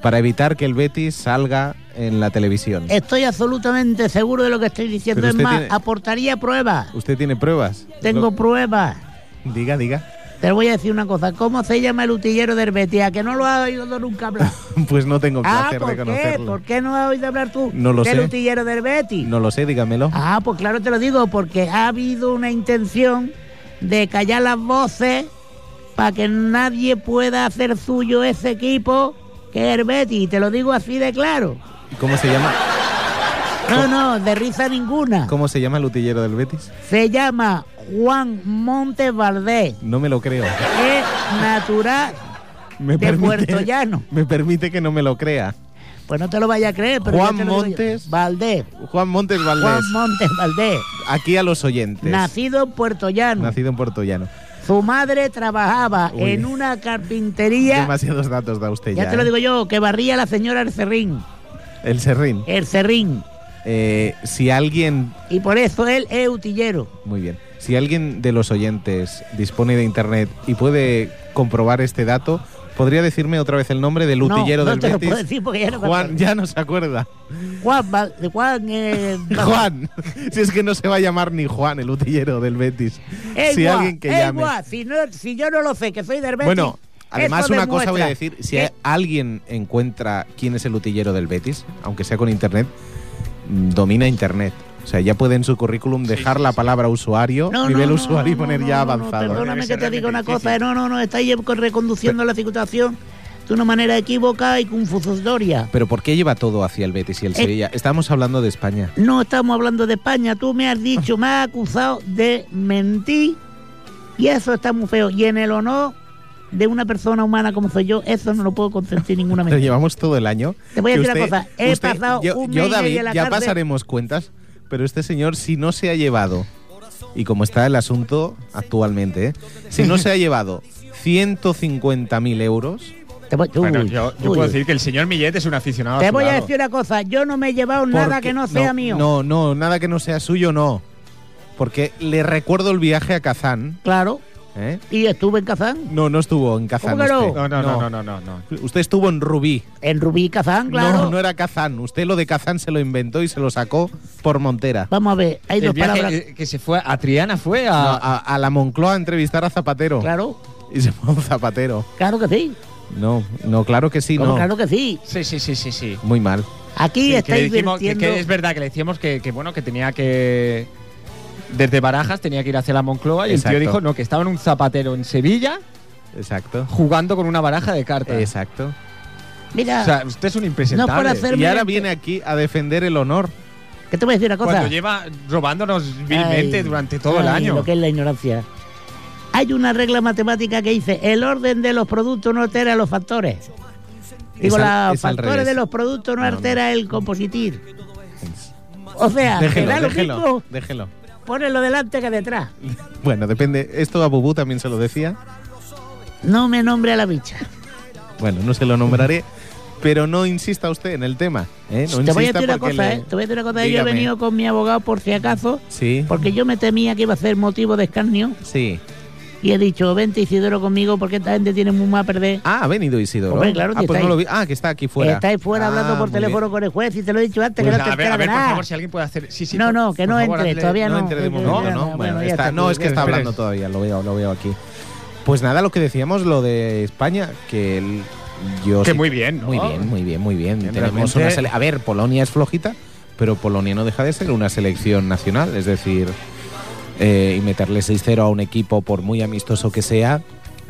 C: para evitar que el Betis salga en la televisión?
B: Estoy absolutamente seguro de lo que estoy diciendo,
C: Pero
B: es
C: usted
B: más,
C: tiene-
B: aportaría pruebas,
C: ¿Usted tiene pruebas?
B: tengo
C: Lo-
B: pruebas.
C: Diga, diga.
B: Te voy a decir una cosa, ¿cómo se llama el utillero del Betis? ¿A que no lo has oído nunca hablar?
C: Pues no tengo
B: ah,
C: placer de
B: ¿por qué?
C: conocerlo.
B: ¿Por qué no has oído hablar tú
C: No lo
B: del
C: sé.
B: utillero del Betis?
C: No lo sé, dígamelo.
B: Ah, pues claro te lo digo, porque ha habido una intención de callar las voces para que nadie pueda hacer suyo ese equipo que es el Betis, y te lo digo así de claro.
C: ¿Cómo se llama?
B: No, no, de risa ninguna.
C: ¿Cómo se llama el utillero del Betis?
B: Se llama Juan Montes Valdés,
C: No me lo creo.
B: es natural
C: Me
B: de Puerto Llano.
C: Me permite que no me lo crea.
B: Pues no te lo vayas a creer, pero
C: Juan
B: yo te lo digo yo.
C: Montes.
B: Valdés.
C: Juan Montes Valdés.
B: Juan Montes Valdés,
C: Aquí a los oyentes.
B: nacido en Puerto Llano.
C: Nacido en Puerto Llano.
B: Su madre trabajaba
C: Uy.
B: en una carpintería.
C: Demasiados datos da usted ya.
B: Ya, te lo
C: ¿eh?
B: digo yo, que barría la señora el cerrín.
C: El Serrín.
B: El cerrín.
C: Eh, si alguien
B: Y por eso él es utillero.
C: Muy bien. Si alguien de los oyentes dispone de internet y puede comprobar este dato, ¿podría decirme otra vez el nombre del utillero
B: no,
C: del
B: no te lo
C: Betis?
B: puedo decir porque ya no me
C: Juan
B: acuerdo.
C: ya no se acuerda.
B: Juan, Val- de Juan, eh,
C: Juan, si es que no se va a llamar ni Juan el utillero del Betis.
B: Eh,
C: si
B: Juan,
C: alguien que
B: eh,
C: llame.
B: Juan, si, no- si yo no lo sé, que soy del Betis.
C: Bueno, además
B: eso
C: una cosa voy a
B: demuestra
C: decir, si
B: que-
C: alguien encuentra quién es el utillero del Betis, aunque sea con internet, mm, domina internet. O sea, ya puede en su currículum dejar la palabra usuario,
B: No, no,
C: nivel
B: no,
C: usuario y
B: no,
C: poner
B: no,
C: ya
B: no, no,
C: avanzado.
B: perdóname
D: Debe
B: que
D: ser
B: te diga una
D: realmente
B: cosa. eh, No, no, no, estáis reconduciendo la circulación de una manera equivocada y confusoria.
C: ¿eh? Pero ¿por qué lleva todo hacia el Betis y el
B: Eh.
C: Sevilla? Estamos hablando de España.
B: No estamos hablando de España. Tú me has dicho, me has acusado de mentir. Y eso está muy feo. Y en el honor de una persona humana como soy yo, eso no lo puedo consentir ninguna
C: Pero
B: mentira.
C: llevamos todo el año.
B: Te voy a
C: que
B: decir una cosa. He pasado
C: yo,
B: un mes
C: yo,
B: y medio
C: David,
B: en la
C: ya
B: cárcel.
C: pasaremos cuentas, pero este señor si no se ha llevado, y como está el asunto actualmente, ¿eh? si no se ha llevado 150.000 euros,
B: Te voy,
D: Bueno,
B: uy,
D: yo, yo
B: uy.
D: puedo decir que el señor Millet es un aficionado.
B: Te
D: su
B: voy a
D: lado.
B: decir una cosa. Yo no me he llevado nada
C: porque-
B: que no sea mío.
C: No, no, nada que no sea suyo, no. porque le recuerdo el viaje a Kazán.
B: Claro.
C: ¿eh?
B: Y estuve en Kazán.
C: No, no estuvo en Kazán.
B: ¿Cómo que no?
C: usted.
D: No, no, no, no, no, no.
C: Usted estuvo en Rubí.
B: En Rubí, Kazán, claro.
C: No, no era Kazán. Usted lo de Kazán se lo inventó y se lo sacó por Montera.
B: Vamos a ver, hay
D: El
B: dos
D: viaje
B: palabras.
D: que- que se fue a Triana fue
C: No,
D: a.
C: a, a la Moncloa a entrevistar a Zapatero.
B: Ah. Claro,
C: Y se fue a un Zapatero.
B: claro que sí.
C: No, no, claro que sí,
B: Como
C: no.
B: Claro que sí.
D: Sí, sí, sí, sí, sí.
C: Muy mal.
B: Aquí
D: Sí, que
B: estáis
D: le dijimos- que-
B: vertiendo.
D: que es verdad que le decíamos que, que, bueno, que tenía que. Desde Barajas tenía que ir hacia la Moncloa y
C: Exacto.
D: el tío dijo no, que estaba en un zapatero en Sevilla
C: Exacto.
D: jugando con una baraja de cartas.
C: Exacto.
B: Mira,
D: O sea, usted es un impresentable.
B: No, para hacer-
C: Y ahora
B: Fermento.
C: viene aquí a defender el honor.
B: que te voy a decir una cosa.
D: Cuando lleva robándonos vilmente
B: Ay,
D: durante todo el
B: ay,
D: año.
B: Lo que es la ignorancia. Hay una regla matemática que dice: el orden de los productos no altera los factores. Digo,
C: al-
B: los
C: es al
B: factores
C: revés.
B: de los productos no,
C: No, no.
B: altera el compositir. O sea, será
C: Déjelo,
B: lo
C: déjelo,
B: mismo
C: déjelo.
B: ponerlo delante que detrás.
C: Bueno, depende. Esto a Bubú también se lo decía.
B: No me nombre a la bicha.
C: Bueno, no se lo nombraré. Pero no insista usted en el tema. ¿eh? No
B: te voy a
C: insista
B: decir una
C: porque
B: cosa,
C: le-
B: ¿eh? Te voy a decir una cosa. Yo he
C: Dígame.
B: venido con mi abogado por si acaso,
C: Sí,
B: porque yo me temía que iba a ser motivo de escarnio.
C: sí.
B: Y he dicho, vente Isidoro conmigo porque esta gente tiene muy mal perder.
C: Ah, ha venido Isidoro.
B: Hombre, claro,
C: ah,
B: si
C: pues
B: está
C: no lo
B: ahí.
C: vi. Ah, que está aquí fuera.
B: Estáis fuera
C: Ah,
B: hablando por
C: muy
B: teléfono
C: bien.
B: con el juez y te lo he dicho antes,
D: Pues
B: que no te
D: a ver,
B: enteras
D: a
B: de
D: ver, por
B: nada.
D: favor, si alguien puede hacer. Sí, sí,
B: no,
D: por-
B: no, que
D: por
B: no
D: favor,
B: entre,
D: hazle-
B: todavía no.
C: No entre de
B: Eh,
C: momento,
B: ya,
C: ¿no?
B: ya,
C: Bueno,
B: ya
C: está-
B: está,
C: no, es que
D: Espera,
C: está
D: espera.
C: hablando todavía, lo veo, lo veo aquí. Pues nada, lo que decíamos, lo de España, que el- yo...
D: Que
C: sí-
D: Pues muy bien, ¿no?
C: Muy bien, muy bien, muy bien.
D: Bien,
C: Tenemos
D: realmente-
C: una sele- A ver, Polonia es flojita, pero Polonia no deja de ser una selección nacional, es decir, eh, y meterle 6-0 a un equipo, por muy amistoso que sea,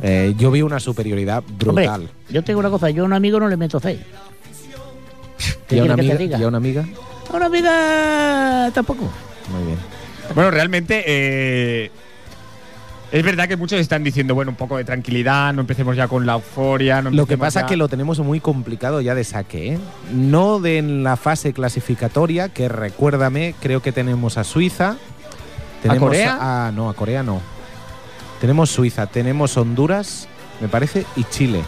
C: eh, yo vi una superioridad
B: Hombre,
C: brutal.
B: yo tengo una cosa, yo a un amigo no le meto fe. ¿Qué
C: ¿Y a
B: quieres
C: una
B: que te
C: amiga?
B: diga?
C: ¿Y a una amiga?
B: A una amiga tampoco.
C: Muy bien.
D: Bueno, realmente eh, es verdad que muchos están diciendo, bueno, un poco de tranquilidad, no empecemos ya con la euforia. No
C: Lo que
D: empecemos
C: pasa
D: ya-
C: que lo tenemos muy complicado ya de saque, ¿eh? No de en la fase clasificatoria, que recuérdame, creo que tenemos a Suiza. Tenemos
D: Corea?
C: a- Ah, no, a Corea no. Tenemos Suiza, tenemos Honduras, me parece, y Chile.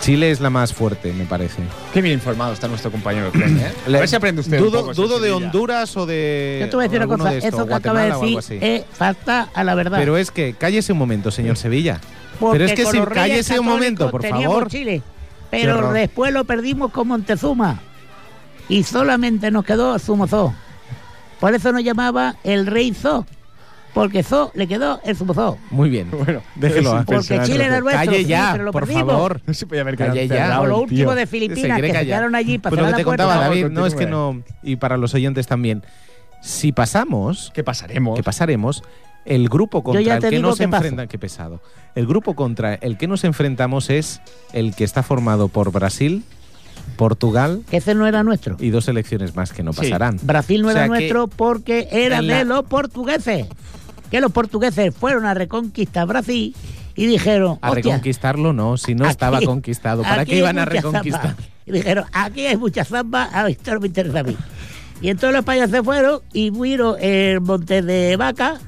C: Chile es la más fuerte, me parece.
D: Qué bien informado está nuestro compañero. Clem, ¿eh? A
C: Le-
D: ver si aprende usted. un
C: Dudo,
D: poco,
C: dudo de
D: Sevilla.
C: Honduras o de.
B: yo te voy a decir una
C: Eh, alguno
B: cosa,
C: de estos,
B: eso que acaba
C: Guatemala o
B: de
C: algo
B: decir
C: así.
B: es falta a la verdad.
C: Pero es que cállese un momento, señor Sevilla. pero es que
B: con
C: si-
B: los Reyes
C: cállese un momento,
B: Católicos
C: por
B: teníamos
C: favor.
B: Chile, pero
C: horror.
B: después lo perdimos con Montezuma. Y solamente nos quedó Zumozó. Por eso nos llamaba el rey Zó. Porque Zó le quedó el Zumozó.
C: Muy bien.
D: Bueno,
C: Déjelo.
D: es
B: Porque
D: impresionante.
B: Chile era nuestro.
C: Calle
B: sí,
C: ya,
B: pero lo
C: por
B: perdimos.
C: favor.
D: No se podía haber
C: Calle
D: quedado
C: ya.
D: cerrado
B: O lo
D: el tío.
B: último de Filipinas,
C: quiere
B: que se
C: callar.
B: quedaron allí para
C: Pues lo que
B: cerrar
C: te
B: la puerta.
C: contaba David,
D: Vamos,
C: no es que
D: continúe.
C: no. Y para los oyentes también. Si pasamos,
D: ¿Qué pasaremos?
C: que pasaremos, el grupo contra
B: ya
C: el
B: te
C: que
B: digo
C: nos
B: que paso.
C: enfrentan, qué pesado. El grupo contra el que nos enfrentamos es el que está formado por Brasil, Portugal
B: Que ese no era nuestro.
C: y dos selecciones más que no
D: Sí.
C: pasarán.
B: Brasil no
C: O sea
B: era
C: que
B: nuestro porque era
C: en la-
B: de los portugueses. Que los portugueses fueron a reconquistar Brasil y dijeron...
C: A
B: "Hostia,
C: reconquistarlo no, si no
B: Aquí-
C: estaba conquistado, ¿para
B: aquí
C: qué
B: hay
C: iban a
B: mucha zamba.
C: reconquistar?
B: Y dijeron, aquí hay mucha zamba, a esto no me interesa a mí. Y entonces los payas se fueron y vieron el monte de vaca,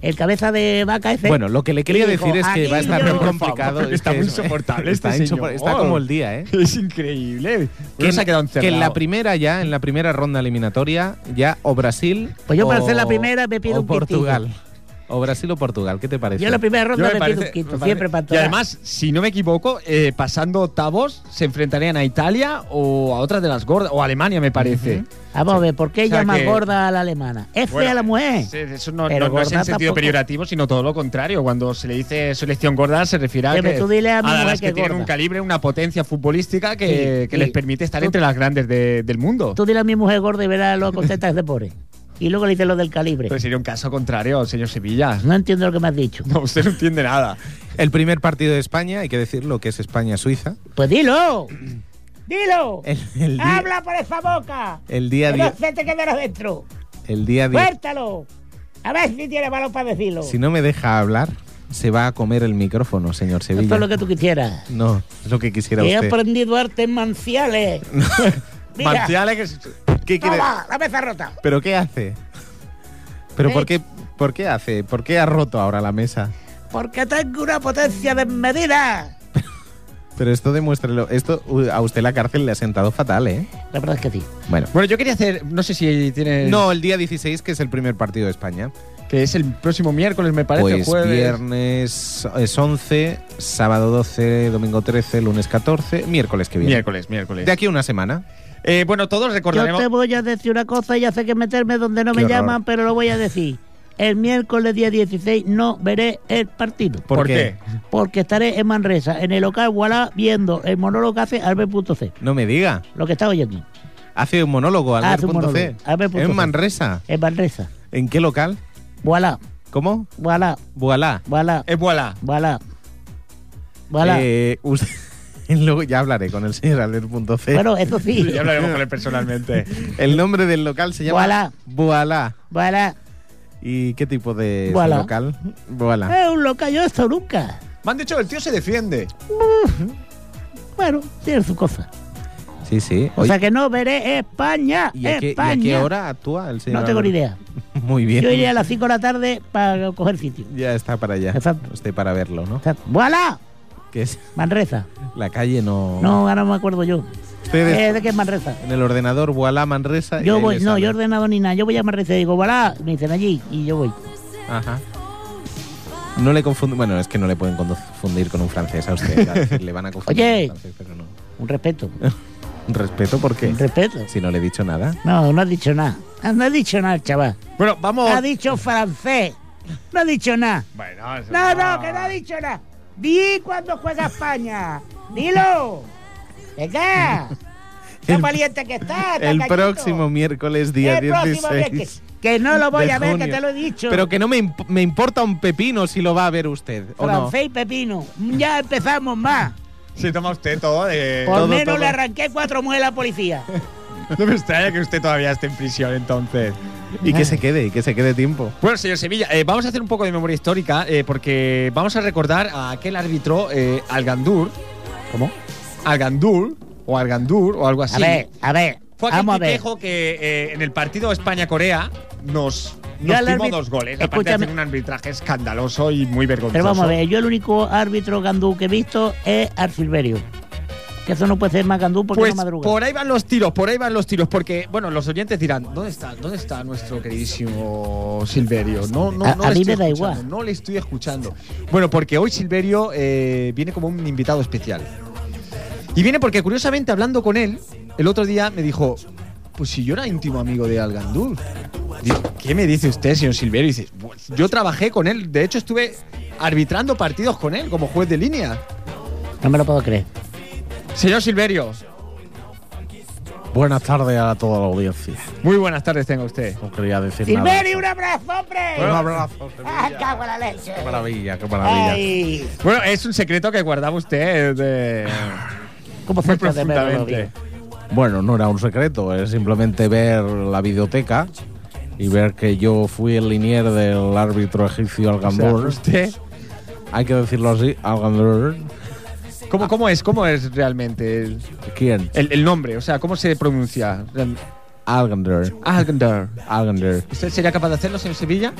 B: el cabeza de vaca ese.
C: Bueno, lo que le quería
B: Y dijo,
C: decir es que va a estar
B: "Aquí
C: muy
B: yo-".
C: complicado.
D: Por favor,
C: es
D: está
C: que
D: muy
C: es-
D: insoportable
C: está
D: este
C: insopor-
D: señor.
C: Está como el día, ¿eh?
D: Es increíble.
C: que,
D: Que se ha quedado
C: que en la
D: encerrado.
C: primera ya, en la primera ronda eliminatoria, ya o Brasil.
B: Pues yo para
C: o-
B: ser la primera me pido
C: o
B: un
C: Portugal. O Brasil o Portugal, ¿qué te parece?
B: yo en la primera
D: Yo
B: ronda me,
D: parece-
B: pido un quito,
D: me parece-
B: siempre para
D: Y
B: todas.
D: además, si no me equivoco, eh, pasando octavos, se enfrentarían a Italia o a otras de las gordas, o a Alemania, me parece.
B: Ah, Vamos a ver, ¿por qué
D: O sea
B: llama
D: que-
B: gorda a la alemana? Es
D: Bueno,
B: fea la mujer.
D: sí, Eso no,
B: Pero
D: no- no es en
B: gorda
D: sentido
B: tampoco.
D: peyorativo, sino todo lo contrario. Cuando se le dice selección gorda, se refiere a,
B: Que me
D: que,
B: tú dile a mi mujer
D: las
B: que
D: que,
B: es
D: tienen
B: gorda.
D: un calibre, una potencia futbolística que,
B: Sí,
D: que
B: y
D: les permite estar
B: tú-
D: entre las grandes de- del mundo.
B: Tú dile a mi mujer gorda y verás lo contenta que se pone. Y luego le dices lo del calibre.
C: Pues-
D: Pero sería un caso contrario, señor Sevilla.
B: No entiendo lo que me has dicho.
D: No, usted no entiende nada.
C: El primer partido de España, hay que decirlo, que es España-Suiza.
B: Pues dilo. Dilo.
C: El, el día,
B: Habla por esa boca.
C: el día,
B: Que no
C: die-
B: se te quedará dentro.
C: el día die-
B: Suéltalo. A ver si tiene valor para decirlo.
C: Si no me deja hablar, se va a comer el micrófono, señor
B: Esto
C: Sevilla.
B: es lo que tú quisieras.
C: No, es lo que quisiera
B: Que he
C: usted.
B: aprendido artes manciales. Mira,
D: Marciales, que-
C: ¿Qué quiere-
B: toma, la mesa rota.
C: ¿Pero qué hace? ¿Pero
B: Eh.
C: por qué, por qué hace? ¿Por qué ha roto ahora la mesa?
B: Porque tengo una potencia desmedida.
C: Pero esto demuéstrelo. Esto u- a usted la cárcel le ha sentado fatal, ¿eh?
B: la verdad es que sí.
C: Bueno.
D: Bueno, yo quería hacer, no sé si
B: Eh.
D: tiene.
C: No, el día 16, que es el primer partido de España.
D: Que es el próximo miércoles, me parece,
C: pues
D: jueves.
C: viernes es 11, sábado 12, domingo 13, lunes 14, miércoles que viene.
D: Miércoles, miércoles.
C: De aquí a una semana.
D: Eh, bueno, todos
B: Yo
D: recordaremos.
B: te voy a decir una cosa y hace que meterme donde no
C: Qué
B: me
C: horror.
B: llaman, pero lo voy a decir. El miércoles día 16 no veré el partido.
C: ¿Por,
D: ¿Por
C: qué?
B: Porque estaré en Manresa, en el local Walá, viendo el monólogo que hace Albert.c.
C: No me diga.
B: Lo que está oyendo.
C: Hace un monólogo al
B: Hace un monólogo, Albert.c.
C: En Manresa.
B: En Manresa.
C: ¿En qué local?
B: Walá,
C: ¿Cómo?
B: Walá,
C: Voilà.
B: Walá,
D: Eh, voilà.
B: Walá. Walá.
C: Eh, usted- Luego ya hablaré con el señor Albert.c.
B: Bueno, eso sí.
D: Ya hablaremos con él personalmente.
C: el nombre del local se llama
B: Voilà.
C: Voilà.
B: Walá.
C: ¿Y qué tipo de es el
B: Voilà.
C: local? Voilà.
B: Es un local, yo esto nunca.
D: Me han dicho, el tío se defiende.
B: Bueno, tiene su cosa.
C: Sí, sí.
B: O
C: Oye,
B: sea que no veré España.
C: ¿y, a qué, y a qué
B: España.
C: hora actúa el señor
B: No tengo ni
C: Albert?
B: idea.
C: Muy bien.
B: Yo iré a las 5 de la tarde para coger sitio.
C: Ya está para allá.
B: Exacto.
C: Usted para verlo, ¿no?
B: ¡Voilà!
C: Que es
B: Manresa.
C: la calle no.
B: No, ahora no me acuerdo yo.
C: Oh. Ustedes
B: Eh, ¿De qué es Manresa?
C: en el ordenador voilà Manresa. y
B: Yo
C: ahí
B: voy,
C: les
B: no,
C: habla.
B: yo he ordenado ni nada. Yo voy a Manresa y digo, voilà, me dicen allí y yo voy.
C: Ajá. No le confundo. Bueno, es que no le pueden confundir con un francés a usted. a decir, le van a confundir
B: Oye.
C: con un francés, pero no.
B: Un respeto.
C: Este Un respeto porque.
B: Un respeto.
C: Si no le he dicho nada.
B: No, no has dicho nada. Ah, No has dicho nada, chaval.
D: Bueno, vamos.
B: Ha dicho francés. No ha dicho nada.
D: Bueno, eso
B: No, no, que no ha dicho nada. Di cuando juega España. Dilo. Venga. Qué
C: El-
B: valiente que está.
C: El
B: tacañito.
C: próximo miércoles, día
B: El próximo mes
C: 16.
B: que, que no lo voy
C: de
B: a ver, que
C: junio.
B: te lo he dicho.
C: Pero que no me, imp- me importa un pepino si lo va a ver usted. ¿O no?
B: Francés y Pepino. Ya empezamos más.
D: Si toma usted Eh, todo de.
B: Por
C: todo,
B: menos
C: todo.
B: le arranqué cuatro muelas a la policía.
D: No me extraña que usted todavía esté en prisión entonces.
C: Y que se quede, y que se quede tiempo.
D: Bueno, señor Sevilla, eh, vamos a hacer un poco de memoria histórica eh, porque vamos a recordar a aquel árbitro, eh, Algandur.
B: ¿Cómo?
D: Algandur, o Argandur, o algo así.
B: A ver, a ver.
D: Fue aquel
B: vamos a ver.
D: tipejo que eh, en el partido España-Corea nos,
B: Yo
D: nos
B: al
D: timó
B: árbit-
D: dos goles. Aparte de
B: Escúchame.
D: hacer un arbitraje escandaloso y muy vergonzoso.
B: Pero vamos a ver, yo el único árbitro gandú que he visto es Arsilverio. Que eso no puede ser más gandú porque
D: Pues
B: no madruga.
D: por ahí van los tiros, por ahí van los tiros, porque, bueno, los oyentes dirán, ¿dónde está, dónde está nuestro queridísimo Silverio? No, no,
B: A-
D: no
B: a
D: le
B: mí
D: estoy
B: me da
D: escuchando,
B: igual.
D: No le estoy escuchando. Bueno, porque hoy Silverio eh, viene como un invitado especial. Y viene porque, curiosamente, hablando con él, el otro día me dijo, pues si yo era íntimo amigo de Algandur. Digo, ¿Qué me dice usted, señor Silverio? Y dice, "Pues yo trabajé con él, de hecho estuve arbitrando partidos con él como juez de línea.
B: No me lo puedo creer.
D: Señor Silverio,
A: Buenas tardes a toda la audiencia.
D: muy buenas tardes tenga usted.
A: No quería decir
B: Silverio, un abrazo, hombre.
A: nada. Un abrazo.
B: ¡Ah, cago en la leche!
A: Qué maravilla, qué maravilla.
B: Ay,
D: Bueno, es un secreto que guardaba usted eh, de...
B: ¿Cómo
D: muy
B: fue de verlo, lo
D: profundamente.
B: vi.
A: Bueno, no era un secreto, es simplemente ver la videoteca y ver que yo fui el linier del árbitro egipcio
D: O sea,
A: Algandur.
D: usted,
A: Hay que decirlo así, Algandur.
D: ¿cómo, ¿Cómo es cómo es realmente el,
A: ¿Quién?
D: el- el nombre? O sea, ¿cómo se pronuncia? Real-
A: Algandur.
D: Algender.
A: Algandur.
D: ¿Usted sería capaz de hacerlo, señor Sevilla?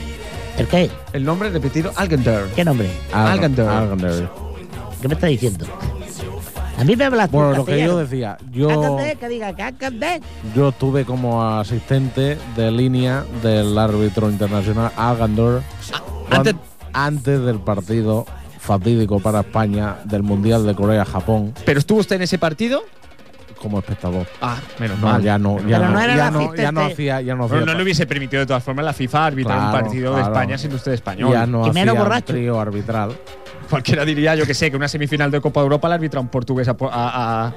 B: ¿El qué?
D: El nombre repetido, Algender.
B: ¿Qué nombre? Ah,
D: Algandur.
A: Algandur.
B: ¿Qué me está diciendo? A mí me hablas tú
A: Bueno,
B: en
A: lo que yo
B: castellano.
A: decía, yo,
B: Cácate, que diga cácate.
A: yo estuve como asistente de línea del árbitro internacional Algandur
D: Antes,
A: cuan- antes del partido fatídico para España del Mundial de Corea-Japón
D: ¿Pero estuvo usted en ese partido?
A: como espectador.
D: Ah, menos
A: No, ya no, ya
B: Pero
A: no,
B: no era este.
A: ya
B: el
A: no, ya no
B: asistente.
A: hacía, ya no hacía.
D: Pero no le hubiese permitido de todas formas la FIFA arbitrar un
A: Claro,
D: partido de
A: claro.
D: España siendo usted español.
A: ya no
B: Y menos
A: hacía
B: borracho.
A: un trío arbitral.
D: Cualquiera diría, yo que sé, que una semifinal de Copa Europa la arbitra un portugués a, po- a- a-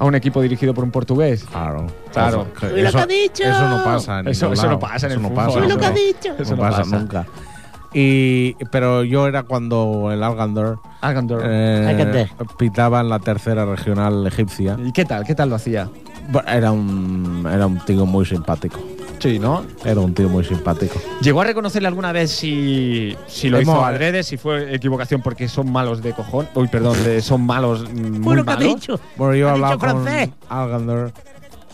D: a un equipo dirigido por un portugués.
A: Claro,
D: Claro.
A: Eso, que
B: Uy, lo que ha dicho.
A: eso no pasa. En
D: Eso-
A: ningún
D: eso no
A: lado.
D: pasa en
A: Eso
D: el
A: no
D: fútbol.
A: pasa,
D: Uy,
B: lo que ha
A: no-
B: dicho.
D: Eso
A: no
D: no
A: pasa,
D: pasa.
A: nunca. Y, pero yo era cuando el Algandor
D: Algender.
A: eh,
B: Algander.
A: pitaba en la tercera regional egipcia.
D: ¿Y qué tal? ¿Qué tal lo hacía?
A: Bueno, Era un, era un tío muy simpático.
D: Sí, ¿no?
A: Era un tío muy simpático.
D: ¿Llegó a reconocerle alguna vez si, si lo
A: Hemos-
D: hizo adrede, si fue equivocación porque son malos de cojón? Uy, perdón, de- son malos mm, muy
B: Bueno, ¿qué ha
D: malos.
B: dicho?
A: Bueno, yo he
B: Ha dicho
A: hablado con
B: francés.
A: Algander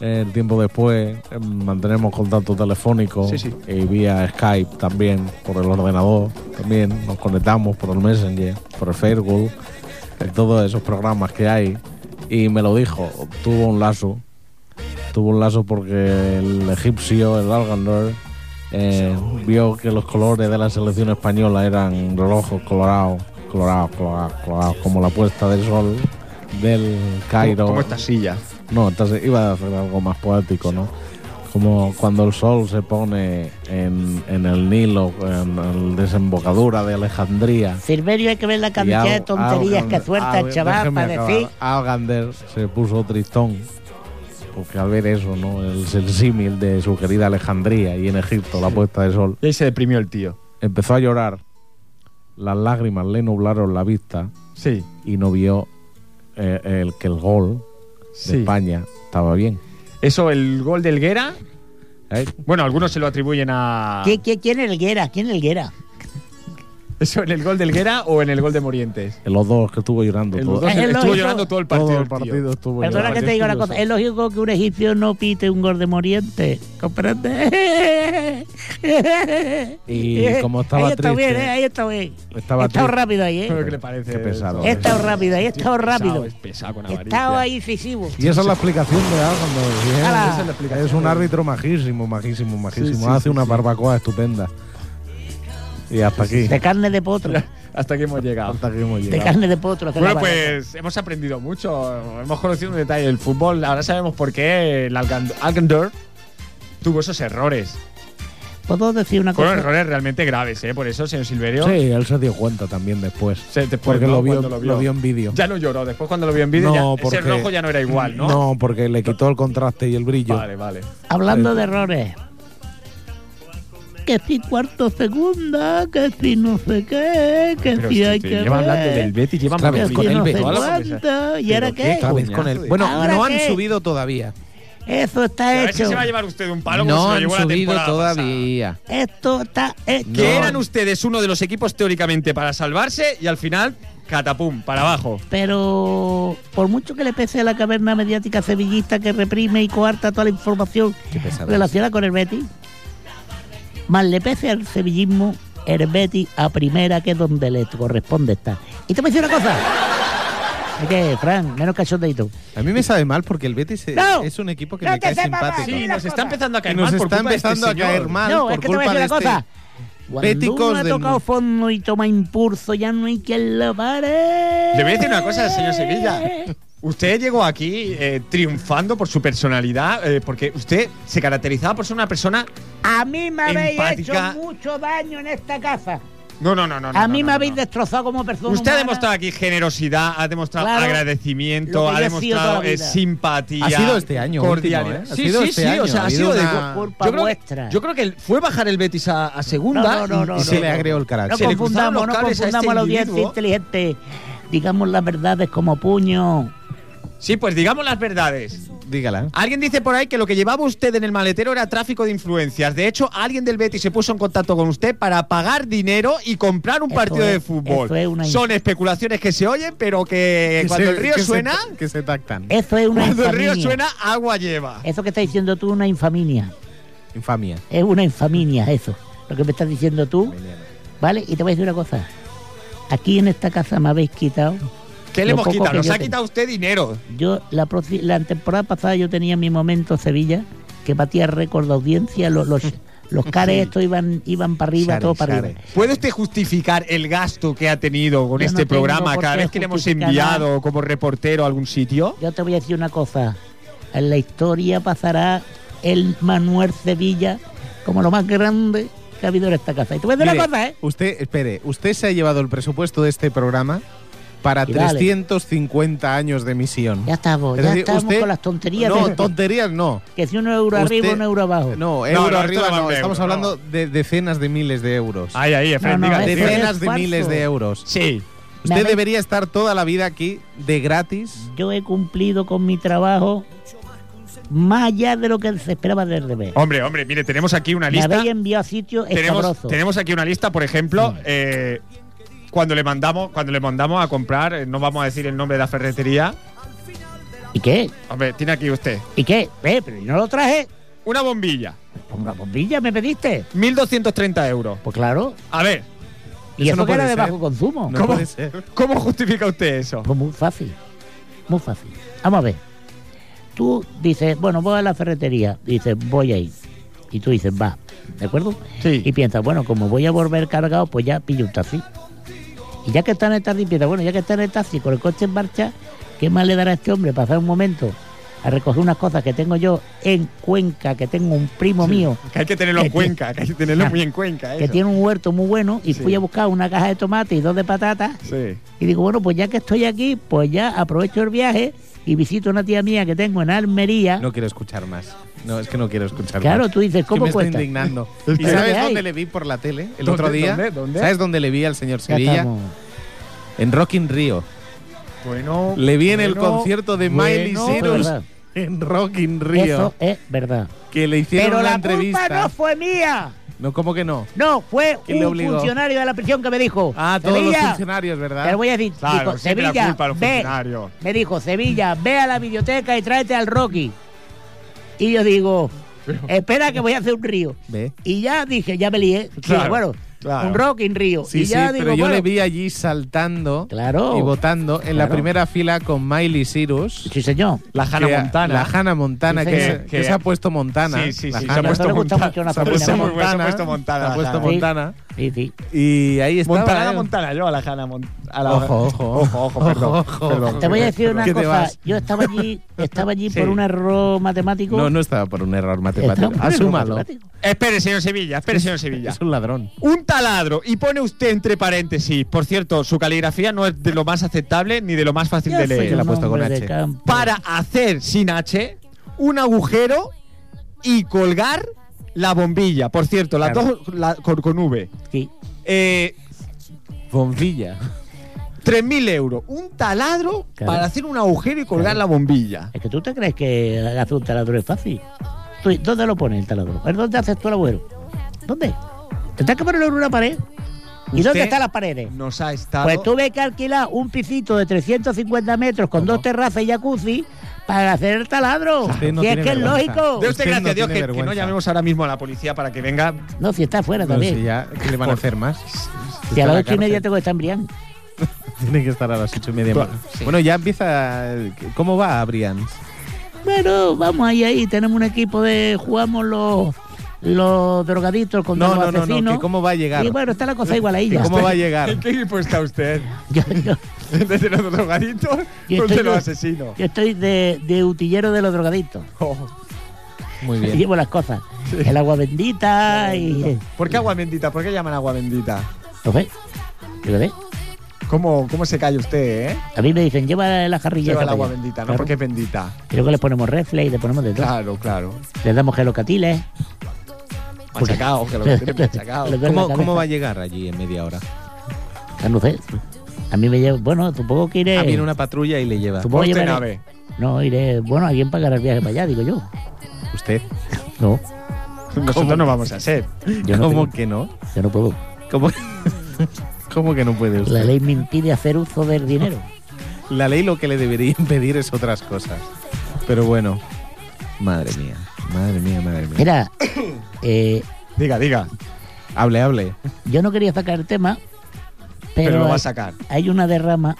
A: eh, tiempo después. eh, mantenemos contacto telefónico
D: Sí, sí.
A: y vía Skype también, por el ordenador. También nos conectamos por el Messenger, por el Facebook, en todos esos programas que hay. Y me lo dijo, tuvo un lazo tuvo un lazo porque el egipcio, el Algandor, eh, vio que los colores de la selección española eran rojos, colorados, colorados, colorados, colorados, como la puesta del sol del Cairo.
D: Como esta silla.
A: No, entonces iba a hacer algo más poético, ¿no? Como cuando el sol se pone en, en el Nilo, en la desembocadura de Alejandría.
B: Silverio, hay que ver la
A: Y
B: cantidad
A: Al-
B: de tonterías
A: Algan-
B: que suelta el
A: Al-
B: chaval
A: ah, déjeme
B: para
A: acabar.
B: decir.
A: Algander se puso tristón. Porque al ver eso, ¿no? El, el símil de su querida Alejandría y en Egipto, la puesta de sol,
D: Y ahí se deprimió el tío.
A: empezó a llorar. Las lágrimas le nublaron la vista
D: Sí,
A: y no vio eh, el, que el gol de
D: sí.
A: España estaba bien.
D: Eso, el gol de Helguera.
A: ¿Eh?
D: Bueno, algunos se lo atribuyen
A: Ah.
D: a.
B: ¿Qui- qui- quién es Elguera? ¿Quién es Elguera?
D: ¿Eso en el gol de Helguera o en el gol de Morientes?
A: En Los dos que estuvo llorando
D: El-
A: todo,
B: dos. Es
D: estuvo
B: lógico.
D: llorando todo el partido.
A: todo el
D: tío.
A: partido. Estuvo
B: Perdona que te diga una cosa. eh, Es lógico que un egipcio no pite un gol de moriente. ¿Comprende?
A: Y como estaba
B: ahí está
A: triste,
B: bien, ¿eh? ahí está bien.
A: estaba
B: he estado
A: triste.
B: rápido ahí,
D: Pero,
B: ¿eh?
D: ¿Qué eh. le parece?
A: Qué pesado.
B: He estado rápido ahí, he estado
D: Tío, pesado,
B: rápido.
D: Es pesado con
B: He
D: avaricia.
B: estado ahí incisivo.
A: Y esa es la explicación de Álvaro. ¿sí?
B: Ala.
A: Esa es la explicación. Es un árbitro majísimo, majísimo, majísimo. Hace una barbacoa estupenda. Y hasta aquí.
B: De carne de potro.
D: Hasta aquí hemos llegado.
A: Hasta aquí hemos
B: De
A: llegado.
B: carne de potro. que
D: Bueno,
B: la barata.
D: pues hemos aprendido mucho, hemos conocido un detalle del fútbol, ahora sabemos por qué el Algan- Alcandor tuvo esos errores.
B: ¿Puedo decir una
D: Fueron
B: cosa?
D: errores realmente graves, ¿eh? Por eso, señor Silverio,
A: Sí, él se dio cuenta también después.
D: se- después,
A: Porque
D: ¿no?
A: lo, vio,
D: Cuando
A: lo vio en vídeo.
D: Ya no lloró, después cuando lo vio en vídeo,
A: No,
D: ya-
A: porque-
D: ese rojo ya no era igual, ¿no?
A: No, porque le quitó el contraste y el brillo.
D: Vale, vale.
B: Hablando de errores. Que si cuarto segunda, que si no sé qué, que
D: Pero
B: si
D: este
B: hay
D: tío
B: que
D: lleva
B: ver,
D: hablando del Betis, lleva
A: Otra
D: más
A: vez
B: que
D: de
B: si
A: con
D: diez
A: el
B: no sé
A: Betis.
D: toda la conversación.
B: cuánto, y ahora qué.
A: Otra vez con él. Bueno,
B: ¿Ahora
A: no
B: qué?
A: han subido todavía.
B: Eso
D: Pero a
B: está
D: ver si
B: hecho.
D: se va a llevar usted un palo como
C: No
D: se lo
C: han
D: llevó la
C: subido
D: temporada
C: todavía.
B: Esto está hecho.
D: pasada. Que eran ustedes uno de los equipos teóricamente para salvarse y al final, catapum, para abajo.
B: Pero por mucho que le pese a la caverna mediática sevillista que reprime y coarta toda la información
C: Qué pesado.
B: relacionada con el Betis, más le pese al sevillismo el Betis a primera que es donde le corresponde estar. Y te voy a decir una cosa. Es que, Fran, menos cachondeito.
C: A mí me sabe mal porque el Betis es,
B: No.
C: es un equipo que
B: No
C: me
B: te
C: cae
B: sepa mal.
C: simpático.
D: Sí,
B: Sí,
D: nos
B: las
D: está
B: cosas.
D: empezando a
C: Y
D: caer
C: nos
D: mal por
C: está
D: culpa de este
C: empezando a
D: señor.
C: caer mal
B: No,
C: por
B: es que te voy
C: culpa
B: a decir
C: de
B: una
C: este-
B: cosa. Cuando
C: Béticos
B: uno ha
C: del
B: tocado
C: mundo.
B: fondo y toma impulso, ya no hay quien lo pare.
D: Le voy a decir una cosa, señor Sevilla. Usted llegó aquí eh, triunfando por su personalidad, eh, porque usted se caracterizaba por ser una persona.
B: A mí me habéis
D: Empática.
B: hecho mucho daño en esta casa.
D: No, no, no, no.
B: a
D: no,
B: mí
D: no,
B: me
D: no,
B: habéis
D: no.
B: destrozado como persona.
D: Usted ha
B: humana.
D: demostrado aquí generosidad, ha demostrado
B: Claro, lo
D: agradecimiento,
B: que yo he
D: ha
B: sido toda
D: demostrado
B: la
D: eh,
B: vida.
D: simpatía.
C: Ha sido este año último,
D: Cordialidad.
C: ¿eh? Ha
D: Sí,
C: sido
D: sí,
C: este
D: sí.
C: año,
D: O sea,
C: ha
D: ha sido
C: habido
D: de.
C: una-
B: Culpa
D: Yo creo,
B: vuestra.
D: que, yo creo que fue bajar el Betis a, a segunda
B: No, no, no,
D: y-
B: no,
D: y,
B: no,
D: se
B: no.
D: le agregó el
B: No
D: carácter. Se le cruzaron
B: confundamos,
D: los
B: no
D: cables a este
B: confundamos a la audiencia
D: individuo.
B: inteligente. Digamos las verdades como puño.
D: Sí, pues digamos las verdades.
C: Dígala.
D: Alguien dice por ahí que lo que llevaba usted en el maletero era tráfico de influencias. De hecho, alguien del Betis se puso en contacto con usted para pagar dinero y comprar un
B: Eso
D: partido de
B: es-
D: fútbol.
B: eso es una
D: Son especulaciones que se oyen, pero que cuando
C: se-
D: el río
C: que se-
D: suena,
C: que se tactan.
B: Eso es una Eh,
D: cuando el río
B: infaminia.
D: suena, agua lleva.
B: Eso que estás diciendo tú es una infaminia.
C: Infamia.
B: Es una infaminia eso. Lo que me estás diciendo tú. ¿Vale? Y te voy a decir una cosa. Aquí en esta casa me habéis quitado.
D: ¿Qué le
B: lo
D: hemos
B: poco
D: quitado?
B: que
D: Nos
B: yo
D: ha
B: tengo.
D: quitado usted dinero.
B: Yo, la, proci- la temporada pasada yo tenía mi momento Sevilla, que batía récord de audiencia, lo- los, los, cares estos iban, iban para arriba,
C: Share,
B: todo para
C: share.
B: arriba.
D: ¿Puede usted justificar el gasto que ha tenido con
B: Yo no
D: este
B: tengo
D: programa
B: por
D: cada
B: qué
D: vez que le hemos
B: justificar
D: enviado como reportero a algún sitio?
B: Yo te voy a decir una cosa, en la historia pasará el Manuel Sevilla como lo más grande que ha habido en esta casa. Y te voy a decir una
C: Mire,
B: cosa, ¿eh?
C: Usted, espere, usted se ha llevado el presupuesto de este programa para
B: Y dale.
C: 350 años de misión.
B: Ya estamos,
C: Es
B: ya
C: decir,
B: estamos
C: usted-
B: con las tonterías
C: No,
B: de
C: tonterías no.
B: que si un euro
C: Usted-
B: arriba, un euro abajo.
C: No, euro
D: no, esto
C: arriba
D: va
C: no.
D: en
C: Estamos
D: euro,
C: hablando de decenas de miles de euros.
D: Ahí, ahí, Efraín,
B: No, no,
D: diga,
B: es-
D: diga.
C: Decenas de
B: falso.
C: miles de euros.
D: Sí.
B: Me
C: Usted
B: habéis-
C: debería estar toda la vida aquí de gratis.
B: Yo he cumplido con mi trabajo más allá de lo que se esperaba del revés.
D: Hombre, hombre, mire, tenemos aquí una
B: Me
D: lista.
B: habéis enviado a sitios
D: tenemos,
B: escabrosos.
D: tenemos aquí una lista, por ejemplo, eh, cuando le mandamos, cuando le mandamos a comprar, eh, no vamos a decir el nombre de la ferretería.
B: ¿Y qué?
D: Hombre, tiene aquí usted.
B: ¿Y qué? Eh, pero yo no lo traje.
D: Una bombilla,
B: Ponga bombilla, me pediste.
D: 1.230 euros.
B: Pues claro.
D: A ver,
B: Y
C: Eso
B: eso,
C: no
B: que era
C: puede
B: de
C: ser.
B: bajo consumo.
C: No
D: ¿Cómo?
C: puede ser.
B: Ah,
D: ¿cómo justifica usted eso?
B: Pues muy fácil. Muy fácil. Vamos a ver. tú dices, bueno, voy a la ferretería. Dices, voy ahí. Y tú dices, va. ¿De acuerdo?
D: Sí.
B: Y piensas, bueno, como voy a volver cargado, pues ya pillo un taxi. Y ya que está en el taxi, piensas, bueno, ya que está en el taxi con el coche en marcha, ¿qué más le dará a este hombre para hacer un momento a recoger unas cosas que tengo yo en Cuenca, que tengo un primo mío
D: Que hay que tenerlo en
B: Que tiene-
D: cuenca, que hay que tenerlo
B: Ah,
D: muy en cuenca.
B: que
D: eso.
B: tiene un huerto muy bueno y
D: Sí.
B: fui a buscar una caja de tomate y dos de patatas
D: Sí.
B: y digo, bueno, pues ya que estoy aquí, pues ya aprovecho el viaje y visito a una tía mía que tengo en Almería.
C: No quiero escuchar más. No, es que no quiero escuchar
B: claro,
C: más.
B: tú dices,
C: Es que
B: ¿cómo
C: me estoy
B: cuesta?
C: indignando.
D: Es
C: ¿Y
D: que-
B: ¿Qué
C: sabes
B: hay?
C: dónde le vi por la tele el
D: ¿Dónde,
C: otro día?
D: dónde, dónde?
C: ¿Sabes dónde le vi al señor
B: Ya
C: Sevilla?
B: estamos.
C: En Rockin' Rio.
D: Bueno.
C: Le vi en el
D: bueno,
C: concierto de
D: bueno,
C: Miley
B: Eso es
C: Cyrus
B: verdad.
C: en Rockin' Rio.
B: Eso es verdad.
C: Que le hicieron
B: Pero
C: una
B: la
C: entrevista.
B: culpa no fue mía.
C: No, ¿cómo que no?
B: No, fue
C: ¿Quién le
B: un
C: obligó?
B: funcionario de la prisión que me dijo.
C: Ah, todos los
B: "Sevilla,
C: funcionarios,
B: Te lo
C: ¿verdad?
B: voy a decir.
D: Claro,
B: dijo,
D: siempre la
B: Sevilla,
D: culpa a los
B: ve.
D: funcionarios.
B: Me dijo, Sevilla, ve a la biblioteca y tráete al Rocky. Y yo digo, espera que voy a hacer un río.
C: Ve.
B: Y ya dije, ya me lié. Digo,
D: Claro,
B: bueno,
D: claro.
B: un Rocky en río.
C: Sí,
B: y
C: sí,
B: ya
C: pero
B: digo,
C: yo
B: bueno,
C: le vi allí saltando
B: Claro.
C: y votando en la
B: Claro.
C: primera fila con Miley Cyrus.
B: Sí, señor.
D: La Hanna
C: que-
D: Montana.
C: La Hannah Montana,
B: Sí,
C: que,
B: señor.
C: se- que se ha puesto Montana.
D: Sí, sí,
C: La
D: sí.
C: Hannah-
B: Montana. le gusta mucho una
D: se ha puesto
B: familia
D: Montana. Se ha puesto Montana.
C: se ha puesto
D: la
B: Sí.
C: Montana.
B: Sí, sí.
C: Y ahí estaba.
D: Montana,
C: eh.
D: Montana, yo a la Hanna Mon- a la-
C: Ojo, ojo.
D: ojo, ojo, perdón,
C: Ojo,
D: perdón,
C: ojo.
B: Te voy a decir una
C: ¿Qué te
B: cosa.
C: vas?
B: Yo estaba allí, estaba allí
D: Sí.
B: por un error matemático.
C: No, no estaba por un error matemático.
B: Estaba por un error
C: Asúmalo.
B: matemático.
D: Espere, señor Sevilla, espere, señor Sevilla.
C: Es un ladrón.
D: Un taladro, y pone usted entre paréntesis. Por cierto, su caligrafía no es de lo más aceptable ni de lo más fácil
B: Yo
D: de
B: soy
D: leer.
C: la ha
B: un
C: puesto con
B: hombre de
C: H.
B: campo.
D: Para hacer sin H un agujero y colgar la bombilla. Por cierto, las
C: Claro.
D: dos la- con, con V.
B: Sí.
D: Eh,
C: Bombilla.
D: 3.000 euros. Un taladro
B: Claro.
D: para hacer un agujero y colgar la bombilla.
B: Es que tú te crees que hacer un taladro es fácil. Tú, ¿Dónde lo pones el taladro? A ver, ¿Dónde haces tú el agujero? ¿Dónde? Tendrás que ponerlo en una pared. ¿Y
D: Usted-
B: dónde están las paredes?
D: Nos ha estado.
B: Pues tuve que alquilar un pisito de 350 metros con dos terrazas y jacuzzi para hacer el taladro.
C: Usted no
B: si es
C: tiene
B: que es
C: vergüenza.
B: lógico.
D: De usted,
C: Usted
D: gracias
C: no
D: a Dios
C: tiene
D: que, que no
C: vergüenza.
D: llamemos ahora mismo a la policía para que venga.
B: No, si está afuera
C: No
B: también.
C: sé ya, ¿qué le van a hacer más?
B: Si a
C: Está en la
B: las ocho y media
C: cárcel.
B: tengo que estar en Brian.
C: Tiene que estar a las ocho y media.
D: Claro,
C: Bueno, ya empieza. ¿Cómo va Brian?
B: Bueno, vamos ahí, ahí. Tenemos un equipo de. Jugamos los, los drogaditos contra
C: No,
B: los
C: no, no,
B: asesinos.
C: no, que cómo va a llegar.
B: Y bueno, está la cosa igual ahí
C: Que
B: ya.
C: ¿Cómo va a llegar?
D: ¿En qué equipo está usted?
B: Yo- yo-
D: ¿Desde los drogaditos?
B: Yo
D: o
B: estoy
D: de los
B: de-
D: asesinos?
B: Yo estoy de, de utillero de los drogadictos.
D: Oh.
C: Muy
B: Y
C: bien.
B: Llevo las cosas. El agua bendita y.
D: ¿Por qué agua bendita? ¿Por qué llaman agua bendita?
B: ¿Lo ves? ¿Lo ves?
D: ¿Cómo, cómo se calla usted, eh?
B: A mí me dicen, lleva la jarrilla.
D: Lleva el
B: esa
D: agua
B: para allá.
D: bendita, ¿no?
B: Claro.
D: Porque es bendita.
B: Y luego le ponemos reflex, le ponemos de todo.
D: Claro, claro.
B: Le damos gelocatiles. Porque-
D: Machacao, que lo que tiene machacao.
B: Le duele la
C: ¿Cómo,
B: cabeza.
C: cómo va a llegar allí en media hora?
B: Ah, no sé. A mí me lleva. Bueno, supongo que iré.
C: Ah, viene una patrulla y le lleva.
B: Supongo que
D: Ponte
B: llevaré-
D: nave.
B: No, iré. Bueno, alguien pagará el viaje para allá, digo yo.
C: ¿Usted?
B: No,
D: Nosotros no vamos a hacer.
B: yo no,
C: ¿Cómo
B: tengo-
C: que no?
B: yo no puedo.
C: ¿Cómo, ¿Cómo que no puede usted?
B: La ley me impide hacer uso del dinero.
C: La ley lo que le debería impedir es otras cosas. Pero bueno. Madre mía, madre mía, madre mía.
B: Mira, eh,
D: Diga, diga.
C: Hable, hable.
B: Yo no quería sacar el tema, pero,
D: Pero, lo va a
B: hay-
D: sacar.
B: hay una derrama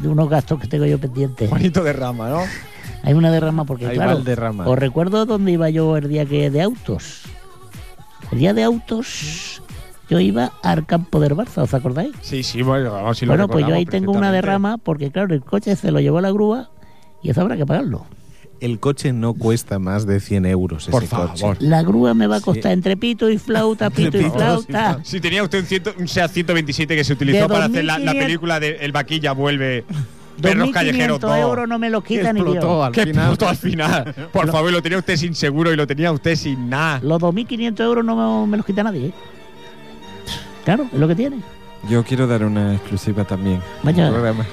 B: de unos gastos que tengo yo pendientes.
D: Bonito de rama, ¿no?
B: Hay una derrama porque,
C: Hay
B: claro,
C: mal derrama.
B: os recuerdo dónde iba yo el día que de autos. El día de autos yo iba al campo del Barça, ¿os acordáis?
D: Sí, sí, bueno, vamos si lo
B: bueno, pues yo ahí
D: recordamos
B: tengo una
D: perfectamente.
B: derrama porque, claro, el coche se lo llevó a la grúa y eso habrá que pagarlo.
C: El coche no cuesta más de 100 euros.
D: Por
C: ese
D: favor.
C: coche.
B: La grúa me va a costar entre pito y flauta, pito y
C: Entre pitos y
B: flauta.
D: Si tenía usted un, ciento, un SEAT 127 que se utilizó
B: De
D: para hacer la, la
B: 2500
D: película de El Vaquilla vuelve, Perros Callejeros 2.
B: 2.500 euros no me los quitan ni Dios.
C: Explotó al
D: ¡Qué
C: final.
D: puto al final! Por favor, lo tenía usted sin seguro y lo tenía usted sin nada.
B: Los 2.500 euros no me, me los quita nadie. ¿eh? Claro, es lo que tiene.
G: Yo quiero dar una exclusiva también.
B: Vaya,
C: Programa.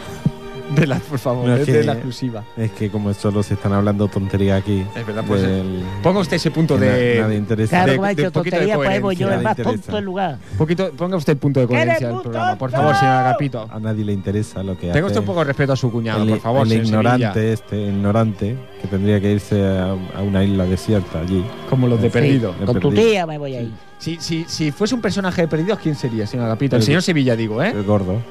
D: De la, por favor,
C: No,
D: es
C: es que-
D: de la exclusiva.
C: Es que como solo se están hablando tontería aquí.
D: Es verdad, pues,
C: del-
D: Ponga usted ese punto
C: que na-
D: de.
C: Nada interesa.
B: claro,
D: pues de-
B: como ha
D: de
B: dicho
D: poquito de
B: tontería, pues voy
D: coherencia,
B: yo el
C: le
B: más
C: interesa.
B: tonto del lugar.
D: Poquito, ponga usted el punto de
B: ¡Eres
D: coherencia del
B: un
D: programa, por
B: tonto!
D: favor, señor Agapito.
C: A nadie le interesa lo que
D: Tenga usted
C: hace
D: un poco de respeto a su cuñado,
C: el,
D: por favor,
C: el
D: señor
C: ignorante
D: Sevilla.
C: este, ignorante, que tendría que irse a, a una isla desierta allí.
D: Como los de perdido.
C: Me
B: Con tu
C: perdí.
B: tía me voy ahí.
D: Si, si, si fuese un personaje de perdidos, ¿quién sería, señor Agapito? El
C: El-
D: señor ¿eh? Sevilla, digo, ¿eh?
C: El gordo.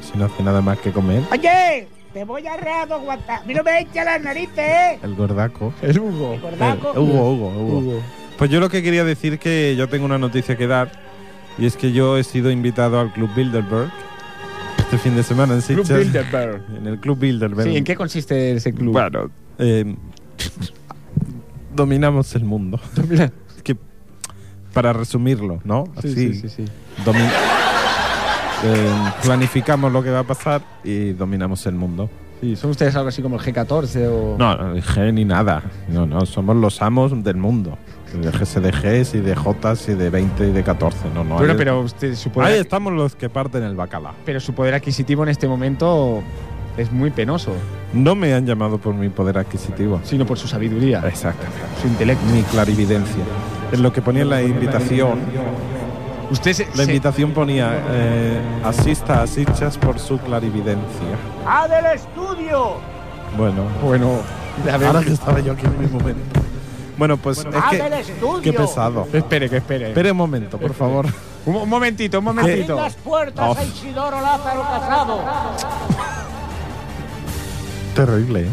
C: si no hace nada más que comer.
B: Oye,
G: Te voy a reaguantar. A mí no me echa las narices, ¿eh?
H: El gordaco.
D: Es Hugo.
G: Gordaco.
H: Eh, Hugo, Hugo, Hugo.
C: Pues yo lo que quería decir que yo tengo una noticia que dar y es que yo he sido invitado al Club Bilderberg este fin de semana en
D: Club
C: Sitges.
D: Bilderberg.
C: En el Club Bilderberg.
D: Sí, ¿en qué consiste ese club?
C: Bueno, eh, dominamos el mundo.
D: Mira,
C: Es que para resumirlo, ¿no? Así,
D: sí, sí, sí, sí.
C: domi- eh, planificamos lo que va a pasar y dominamos el mundo.
D: Sí, ¿Son ustedes algo así como el G14 o...?
C: No, no, de G ni nada. No, no, somos los amos del mundo. De Gs y de Gs y de Js y de 20 y de 14. No, no.
D: Bueno,
C: hay-
D: pero usted, su poder,
C: Ahí estamos los que parten el bacalao.
D: pero su poder adquisitivo en este momento es muy penoso,
C: No me han llamado por mi poder adquisitivo.
D: sino por su sabiduría,
C: Exacto.
D: su intelecto.
C: Mi clarividencia. En lo que ponía en la invitación,
D: Usted se,
C: la
D: se-
C: invitación ponía eh, asista a Sitchas por su clarividencia.
G: ¡Ah, del estudio!
C: Bueno,
D: Bueno, a ver,
C: ahora que estaba yo aquí en mi momento. Bueno, pues es
G: ¡Ah, del
C: que
G: estudio!
C: qué pesado.
D: espere, que espere.
C: Espere un momento, por favor.
D: Un, un momentito, un
G: Abrid
D: momentito.
G: las puertas
C: Off.
G: a Isidoro Lázaro Casado.
C: Terrible, ¿eh?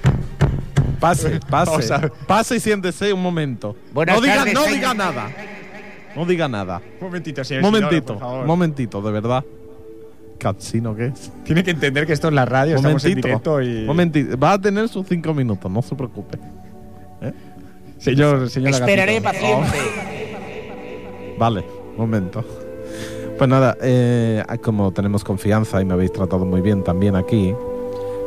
C: Pase,
D: O
C: pase.
D: sea-
C: Pase y siéntese un momento.
G: Buenas
C: no diga,
G: tardes,
C: no
G: señor.
C: diga nada. No diga nada.
D: Un momentito, señor. Isidoro,
C: momentito,
D: por favor.
C: momentito, de verdad. Catsino, ¿qué es?
D: Tiene que entender que esto es la radio, estamos en directo y...
C: momentito. Va a tener sus cinco minutos, no se preocupe.
D: Señor, señor
G: Esperaré
D: Lagartito.
G: paciente.
C: Vale, momento. Pues nada, eh, como tenemos confianza y me habéis tratado muy bien también aquí,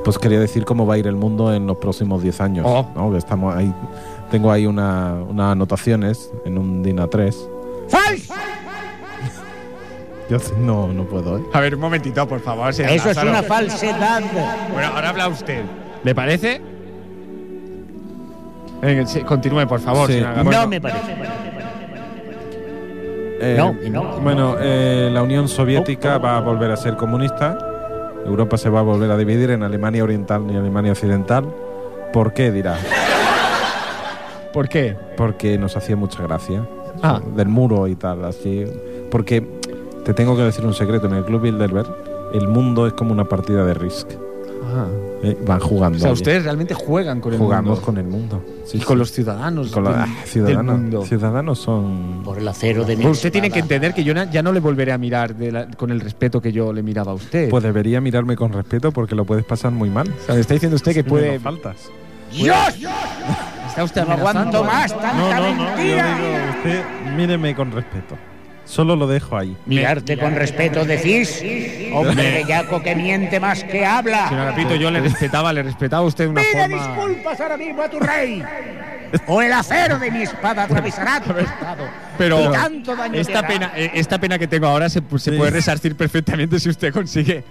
C: pues quería decir cómo va a ir el mundo en los próximos 10 años.
D: Oh.
C: ¿no? Que Estamos ahí, tengo ahí una- unas anotaciones en un DIN A3.
G: ¡Falso!
C: Yo así no, no puedo, ¿eh?
D: A ver, un momentito, por favor, señor
G: Eso es
D: Lázaro.
G: una falsedad.
D: Bueno, ahora habla usted. ¿Le parece? Venga, sí, continúe, por favor.
C: Sí.
D: señora Gabriela.
G: No me parece.
C: Eh,
G: No, y no.
C: Bueno, eh, la Unión
D: Oh,
C: Soviética va a volver a ser comunista. Europa se va a volver a dividir en Alemania Oriental y Alemania Occidental. ¿Por qué? Dirá.
D: ¿Por qué?
C: Porque nos hacía mucha gracia.
D: Ah.
C: Del muro y tal, así. Porque te tengo que decir un secreto: en el Club Bilderberg, el mundo es como una partida de Risk. Eh, van jugando.
D: O sea,
C: oye.
D: ustedes realmente juegan con el
C: Jugamos
D: mundo.
C: con el mundo. Sí,
D: Y
C: sí.
D: con los ciudadanos
C: Con los-
D: del,
C: ah,
D: del
C: ciudadanos.
D: mundo.
C: Ciudadanos son.
G: Por el acero de mi
D: Pues usted tiene que
G: espada.
D: entender que yo na- ya no le volveré a mirar de la- con el respeto que yo le miraba a usted.
C: Pues debería mirarme con respeto porque lo puedes pasar muy mal.
D: O sea, me está diciendo usted que puede.
C: Menos faltas.
G: ¡Dios!
D: Está usted
G: No aguanto
D: amenazando.
G: más tanta mentira.
C: Yo digo, usted míreme con respeto. Solo lo dejo ahí.
G: Mirarte con respeto, decís. Hombre bellaco que miente más que
D: Señor
G: habla.
D: Agapito, yo le respetaba, le respetaba a usted de una
G: Pide
D: forma.
G: disculpas ahora mismo a tu rey. O el acero de mi espada atravesará tu estado.
D: Pero
G: Y tanto daño te
D: esta
G: hará.
D: pena, eh, esta pena que tengo ahora se, pu- se
C: Sí.
D: puede resarcir perfectamente si usted consigue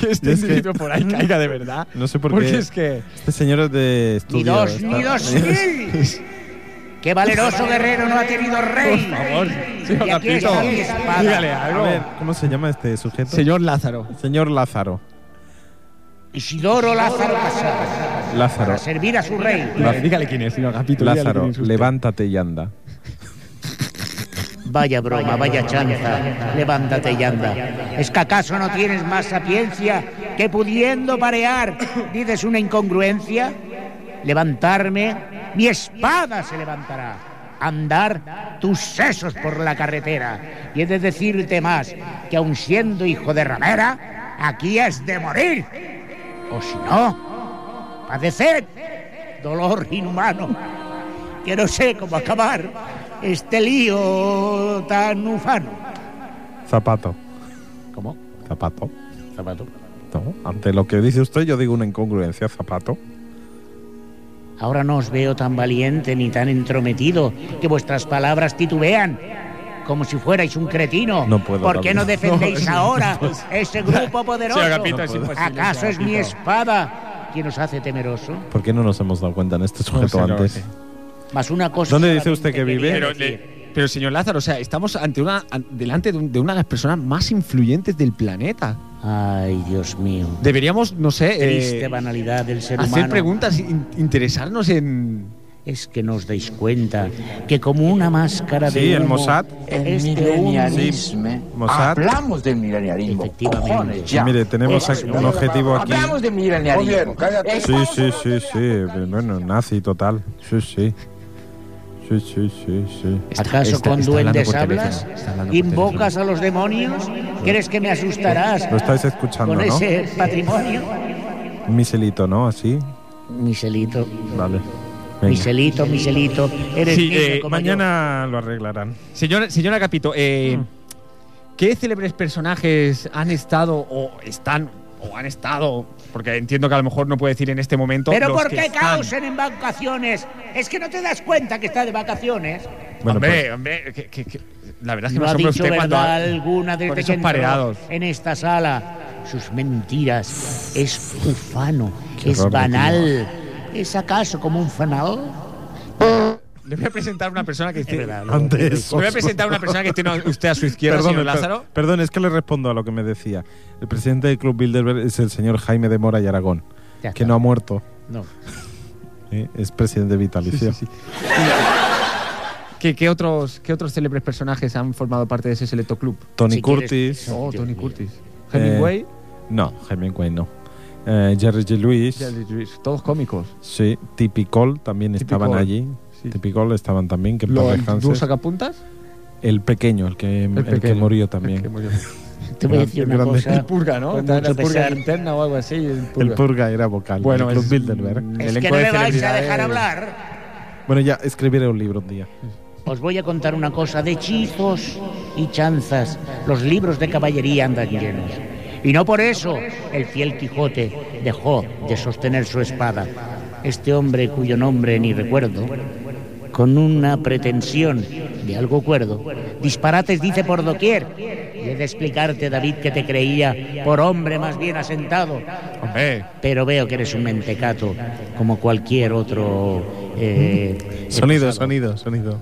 D: que este
C: Y es que-
D: individuo por ahí caiga de verdad.
C: No sé por
D: Porque
C: qué.
D: es que
C: Este señor es de
G: Ni
C: estudio.
G: dos,
C: está-
G: ni dos mil. Qué valeroso guerrero no ha tenido rey.
D: por favor, señor
G: Y aquí
D: Agapito,
G: está mi espada.
D: dígale
C: A
D: algo.
C: ver, ¿cómo se llama este sujeto?
D: Señor Lázaro.
C: Señor Lázaro.
G: Isidoro Lázaro Casado.
C: Lázaro.
G: Para servir a su rey.
D: Dígale, dígale quién es, señor Agapito. dígale
C: Lázaro,
D: quién es usted.
C: levántate y anda.
G: Vaya broma, vaya chanza. Levántate y anda. ¿Es que acaso no tienes más sapiencia que pudiendo parear dices una incongruencia? Levantarme, mi espada se levantará. Andar tus sesos por la carretera. Y he de decirte más, que aun siendo hijo de ramera, aquí has de morir. O si no, padecer dolor inhumano que no sé cómo acabar este lío tan ufano.
C: Zapato.
G: ¿Cómo?
C: Zapato.
G: Zapato.
C: No, Ante lo que dice usted, yo digo una incongruencia. Zapato.
G: Ahora no os veo tan valiente ni tan entrometido que vuestras palabras titubean. Como si fuerais un cretino.
C: No puedo,
G: ¿Por qué
C: David.
G: no defendéis ahora ese grupo poderoso?
D: Señor Agapito, es
C: No puedo.
D: imposible,
G: ¿Acaso
D: señor
G: es mi
D: Agapito.
G: espada quien os hace temeroso?
C: ¿Por qué no nos hemos dado cuenta en este
D: No,
C: sujeto
D: señor,
C: antes?
D: sí.
G: Más una cosa.
C: ¿Dónde dice
G: solamente
C: usted que vive?
G: quería
D: Pero,
G: decir.
D: le- pero, señor Lázaro, o sea, estamos ante una, an- delante de, un- de una de las personas más influyentes del planeta.
G: Ay, Dios mío.
D: Deberíamos, no sé, eh,
G: Triste banalidad del ser
D: hacer
G: humano.
D: preguntas, in- interesarnos en,
G: Es que nos dais cuenta que como una máscara de
C: Sí, el
G: humo,
C: Mossad.
B: El
G: este humo-
B: milenialismo.
C: Mossad.
B: Hablamos del milenialismo.
G: Efectivamente.
B: Cojones, ya.
C: Pues Mire, tenemos aquí un objetivo aquí.
B: Hablamos del milenialismo.
C: Sí, sí, sí, sí. Bueno, nazi total. Sí, sí. Sí, sí, sí, sí.
G: ¿Acaso
D: está-
G: con
D: está hablando
G: duendes
D: por teléfono,
G: hablas?
D: está hablando por
G: ¿Invocas a los demonios? ¿Crees que me asustarás
C: Lo estáis escuchando,
G: con
C: ¿no?
G: ese patrimonio?
C: Un miselito, ¿no? Así.
G: Miselito,
C: Vale. Venga.
G: miselito, miselito. Eres
D: Sí,
G: niño
D: eh,
G: como
C: Mañana lo arreglarán.
D: Señor, señora Capito, eh, ¿qué célebres personajes han estado o están o han estado? Porque entiendo que a lo mejor no puede decir en este momento.
G: yo. Pero
D: los
G: ¿por
D: que
G: qué
D: están.
G: causan en vacaciones? Es que no te das cuenta que está de vacaciones.
C: Bueno,
D: hombre,
C: pues-
D: hombre, que- que- que- la verdad es que
G: No
D: me
G: ha
D: asombra
G: dicho
D: usted cuando.
G: verdad alguna desde
D: con
G: que
D: esos
G: entró
D: pareados.
G: en esta sala. Sus mentiras. Es ufano,
C: Qué
G: es
C: horror,
G: banal. ¿Es acaso como un fanal?
D: Le voy a presentar a una persona que esté. Le
C: Antes.
D: voy a presentar a una persona que tiene usted a su izquierda, señor
C: per-
D: Lázaro.
C: perdón, es que le respondo a lo que me decía. El presidente del Club Bilderberg es el señor Jaime de Mora y Aragón,
G: Ya
C: que
G: está.
C: no ha muerto.
G: No.
C: ¿eh? Es presidente vitalicio.
D: ¿Qué, qué otros, ¿Qué otros célebres personajes han formado parte de ese selecto club?
C: Tony
G: Si quieres-
C: Curtis.
D: Oh,
G: Dios
D: Tony
G: mío.
D: Curtis. Hemingway,
C: No, Hemingway no. Eh, Jerry G. Lewis.
D: Jerry Lewis, todos cómicos.
C: Sí, Tipicol también estaban
D: Tipicol,
C: allí.
D: sí.
C: Tipicol estaban también, que en paz
D: ¿Los
C: descanse.
D: dos sacapuntas?
C: El pequeño, el que, el que
D: pequeño,
C: murió
D: el que
C: también.
D: murió.
G: Te voy a
C: Gran-
G: decir una
C: grande.
G: cosa.
D: El purga, ¿no?
G: Con
D: Está en la
G: mucho
D: purga
G: pesar.
D: interna o algo así. El
C: El
D: purga.
C: purga era vocal.
D: Bueno,
C: Bueno, el Club
D: es-
C: Bilderberg.
D: mm,
G: Es
D: elenco
G: que no
D: de
G: me vais a
D: celebridades.
G: dejar hablar.
C: Bueno, ya escribiré un libro un día.
G: Os voy a contar una cosa de hechizos y chanzas. Los libros de caballería andan llenos. Y no por eso el fiel Quijote dejó de sostener su espada. Este hombre cuyo nombre ni recuerdo, con una pretensión de algo cuerdo, disparates dice por doquier. Y he de explicarte, David, que te creía por hombre más bien asentado,
D: Hombre,
G: pero veo que eres un mentecato como cualquier otro. eh,
C: Sonido, sonido, sonido.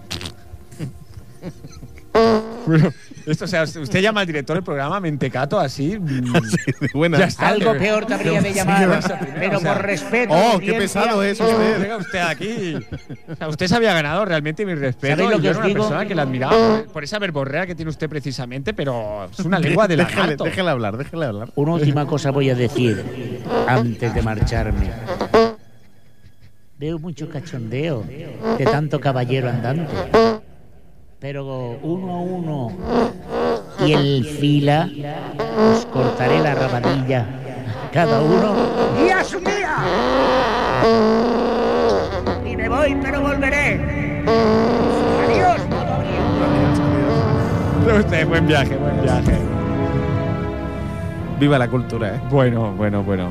D: esto, o sea, usted llama al director del programa Mentecato así. mm,
C: Buena.
D: ya está,
G: Algo
D: que-
G: peor te habría de
D: Sí,
G: llamar,
D: esa primera,
G: pero
D: o sea,
G: por respeto.
C: Oh, qué
G: audiencia,
C: pesado es
D: no
C: usted.
D: Venga usted aquí. O sea, usted se había ganado realmente mi respeto.
G: ¿Sabéis lo
D: y
G: que
D: yo
G: os
D: era una
G: digo?
D: persona que la admiraba por, por esa verborrea que tiene usted precisamente, pero es una lengua de la
C: déjale, déjale hablar, déjale hablar.
G: Una última cosa voy a decir antes de marcharme. Veo mucho cachondeo de tanto caballero andante. Pero uno a uno y el fila, os cortaré la rabadilla a cada uno y a su tía. Y me voy, pero volveré. Adiós, todo bien.
D: Usted, buen viaje, buen viaje.
C: Viva la cultura, eh.
D: Bueno, bueno, bueno.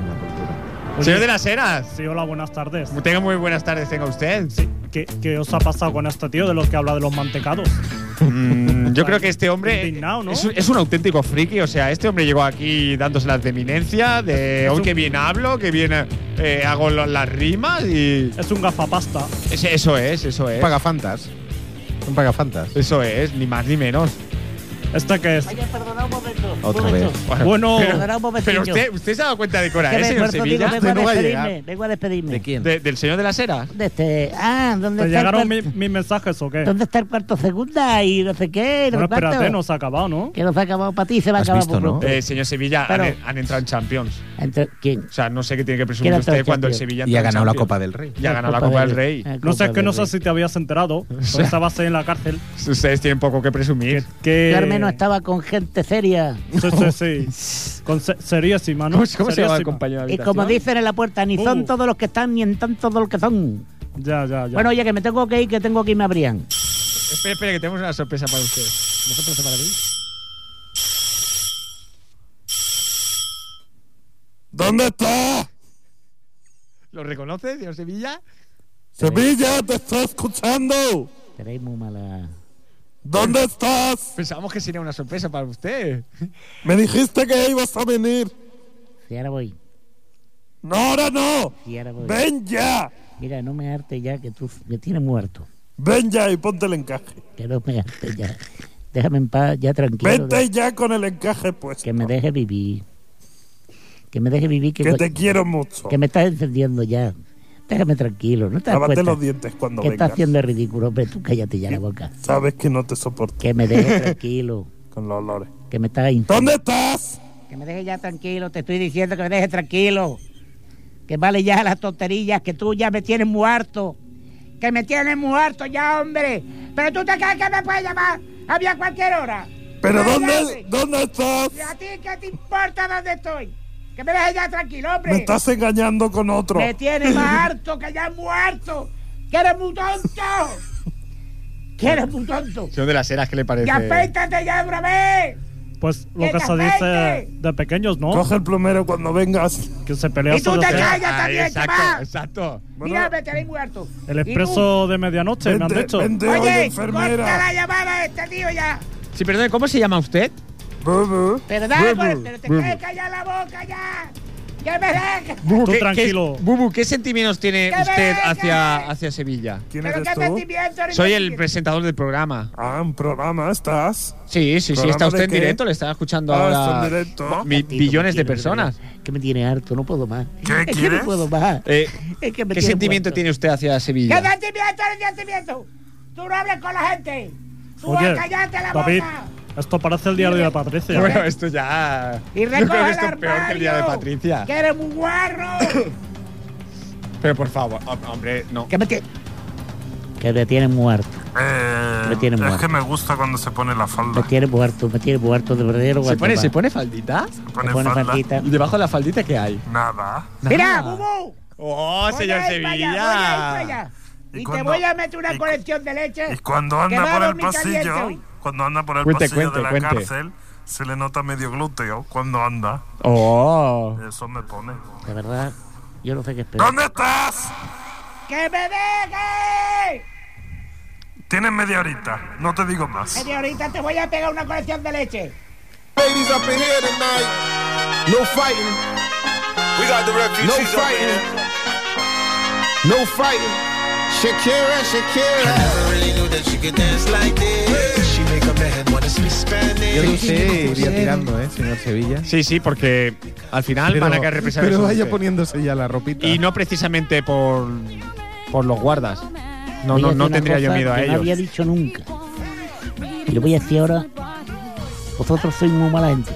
D: Señor de las Heras,
I: Sí, hola, buenas tardes.
D: tenga muy buenas tardes, tenga usted.
I: ¿Qué, qué os ha pasado con este tío de los que habla de los mantecados?
D: Mm, yo creo que este hombre
I: Indignado, ¿no?
D: es, un- es un auténtico friki. O sea, este hombre llegó aquí dándose las de eminencia, de hoy que bien hablo, que bien eh, hago lo- las rimas y.
I: Es un gafapasta.
D: es- eso es, eso es.
C: Pagafantas. Un pagafantas.
D: Eso es, ni más ni menos.
I: ¿Este qué es?
G: Oye, perdona un momento. un
C: Otra
G: momento.
C: vez.
I: Bueno,
G: Perdona un momentillo.
D: Pero usted, usted se ha dado cuenta de Cora,
G: Que
D: ¿eh,
G: me
D: señor
G: esfuerzo, digo,
D: Sevilla?
G: vengo a
C: Usted no va a
G: despedirme,
C: llegar.
G: vengo a despedirme.
C: ¿De quién?
D: De- del señor de las Heras.
G: De este, ah, ¿dónde
I: ¿te
G: está, el
I: llegaron mi-
G: cuarto,
I: mis mensajes o qué?
G: ¿dónde está el cuarto segunda? Y no sé qué, no
I: Bueno,
G: sé cuánto?
I: espérate, no se ha acabado, ¿no?
G: Que no se ha acabado para ti, se va a
C: ¿Has
G: acabar
C: visto,
G: por
C: no?
G: pronto.
D: Eh, señor Sevilla, han-
G: Pero-
D: han, entrado en Champions.
G: Entre- ¿Quién?
D: O sea, no sé qué tiene que
G: ¿Quién
D: presumir
G: ha entrado
D: usted
G: en
D: cuando el
G: Champions?
D: Sevilla
C: Y ha ganado la
D: Champions.
C: Copa del Rey.
D: Y ha ganado la Copa del Rey.
I: No sé, es que no sé
G: sé
I: si te habías enterado, pero estabas ahí en la cárcel.
D: Ustedes tienen poco que presumir.
I: Que...
G: Yo al menos estaba con gente seria.
I: Sí, sí, sí. Con se- seriésima, ¿no?
D: ¿Cómo, cómo se llama el
I: Seriésima.
D: compañero de
G: Y como
D: habitación?
G: dicen en la puerta, ni son
I: Uh.
G: todos los que están, ni en tanto todos los que son.
I: Ya, ya, ya.
G: Bueno, oye, que me tengo que ir, que tengo que irme a Brian.
D: Espera, espera, que tenemos una sorpresa para usted. ¿Una sorpresa para mí?
J: ¿Dónde está?
D: ¿Lo reconoce, señor Sevilla?
J: Sevilla, te estoy escuchando.
G: Tenéis muy mala...
J: ¿Dónde estás?
D: Pensábamos que sería una sorpresa para usted.
J: Me dijiste que ibas a venir.
G: Si ahora voy,
J: No, ahora no.
G: si ahora voy.
J: Ven ya.
G: Mira, no me harte ya, que tú me tienes muerto.
J: Ven ya y ponte el encaje.
G: Que no me harte ya. Déjame en paz, ya tranquilo.
J: Vente ya con el encaje puesto.
G: Que me deje vivir. Que me deje vivir. Que,
J: Que te quiero mucho.
G: que me estás encendiendo ya.
B: Déjame tranquilo, no te das
J: Lávate
B: cuenta
J: los dientes cuando
B: que está
J: vengas.
B: haciendo el ridículo. Hombre, tú cállate ya la boca.
J: Sabes que no te soporto
B: Que me dejes tranquilo.
J: con los olores.
B: Que me estás inf-
J: ¿Dónde estás?
B: Que me dejes ya tranquilo. Te estoy diciendo que me dejes tranquilo. Que vale ya las tonterías, que tú ya me tienes muerto. Que me tienes muerto ya, hombre. Pero tú te crees que me puedes llamar a mí a cualquier hora.
J: ¿Pero
B: Ay,
J: dónde,
B: hombre.
J: dónde estás?
B: ¿Y a ti qué te importa dónde estoy? Que me dejes ya tranquilo, hombre.
J: Me estás engañando con otro.
B: Me tiene más harto que ya muerto. Que eres muy tonto. Que eres muy tonto.
D: Son de las eras que le parece.
B: Y apéntate ya de una vez.
I: Pues lo
B: ¡Que
I: que
B: te
I: se dice
B: afeite!
I: de pequeños, ¿no?
J: Coge el plumero cuando vengas.
I: Que se pelea
B: Y tú
I: sobre
B: te
I: hacer
B: callas también,
D: exacto,
B: chaval.
D: exacto.
B: Mira, me tenéis muerto.
I: el
B: Y tú,
I: expreso de medianoche, me han
J: Vente,
I: dicho.
J: vente hoy,
B: Oye, corta
J: enfermera.
B: la llamada de este tío ya.
D: Sí, perdón, ¿cómo se llama usted?
J: Bubu.
B: Pero dale, por- pero te quieres callar la boca ya. Que me dejes.
I: Tú
D: ¿Qué-
I: tranquilo.
D: qué- Bubu, ¿qué sentimientos tiene
B: ¡Que
D: usted
B: venga!
D: hacia, hacia Sevilla?
J: ¿Quién
B: Pero
J: eres
B: qué
J: tú?
B: sentimiento eres
D: Soy
B: de
D: el
B: ti.
D: presentador del programa.
J: Ah, en programa estás.
D: Sí, sí, sí,
J: ¿Programa
D: está
J: de
D: usted en
J: qué?
D: directo, le están escuchando
J: Ah, está en
D: ahora
J: directo.
D: mi-
B: Tío,
D: billones
B: me
D: de
B: tiene,
D: personas.
B: verdad, Que me tiene harto, no puedo más.
J: ¿Qué
B: es que no
J: quieres?
B: puedo más.
D: Eh,
B: Es que me
D: ¿Qué
B: tiene
D: sentimiento
B: muerto.
D: tiene usted hacia
B: ¿Qué
D: Sevilla?
B: sentimiento eres sentimiento? Tú no hables con la gente. Tú
I: Oye,
B: callate la
I: David,
B: boca.
I: esto parece el diario de Patricia.
D: Bueno, esto ya.
B: Y
D: Yo creo
B: recoge
D: que
B: el
D: esto es
B: armario.
D: peor que el día de Patricia.
B: Que eres un guarro.
D: Pero por favor, hom- hombre, no.
B: que me tiene... Que me tiene muerto.
J: Eh,
B: Me tiene
J: es
B: muerto.
J: que me gusta cuando se pone la
B: Me
J: falda.
B: tiene muerto, me tiene muerto de verdadero
D: ¿Se pone,
B: guardaespaldas.
D: ¿Se pone faldita?
J: Se
B: Me
J: pone
B: pone
J: falda.
B: faldita.
D: ¿Y debajo de la faldita qué hay?
J: Nada.
B: Mira,
D: Nada.
B: Bubu.
D: ¡Oh,
B: voy
D: señor
B: a ir para allá, voy a ir para
D: Sevilla!
B: allá.
J: ¿Y
B: Y, te
J: cuándo?
B: voy a meter una
J: ¿Y cu-
B: colección de leche.
J: Y cuando
B: Eh, que va
J: anda
B: a
J: por el
B: dormir caliente
J: pasillo,
B: hoy.
J: cuando anda por el
D: Cuente,
J: pasillo
D: cuente,
J: de la
D: cuente.
J: cárcel, se le nota medio glúteo cuando anda.
D: ¡Oh!
J: Eso me pone.
B: De verdad, yo no sé qué esperar.
J: ¿Dónde estás?
B: ¡Que me deje!
J: Tienes media horita, no te digo más.
B: Y ahorita te voy a pegar una colección de leche.
K: Ladies up in here tonight. No fighting.
E: We got the
K: No
E: refugees up in
K: fighting.
E: here.
K: No fighting. Shakira, Shakira.
C: Yo no sé, iría tirando, ¿eh, señor Sevilla?
D: Sí, sí, porque al final van a caer represalias
C: pero
D: sobre
C: vaya
D: usted.
C: poniéndose ya la ropita.
D: Y no precisamente por, por los guardas. No, no,
B: Voy a
D: no
B: hacer
D: tendría
B: una
D: yo
B: cosa
D: miedo a
B: que No
D: ellos.
B: había dicho nunca. Y lo voy a decir ahora. Vosotros sois muy mala gente.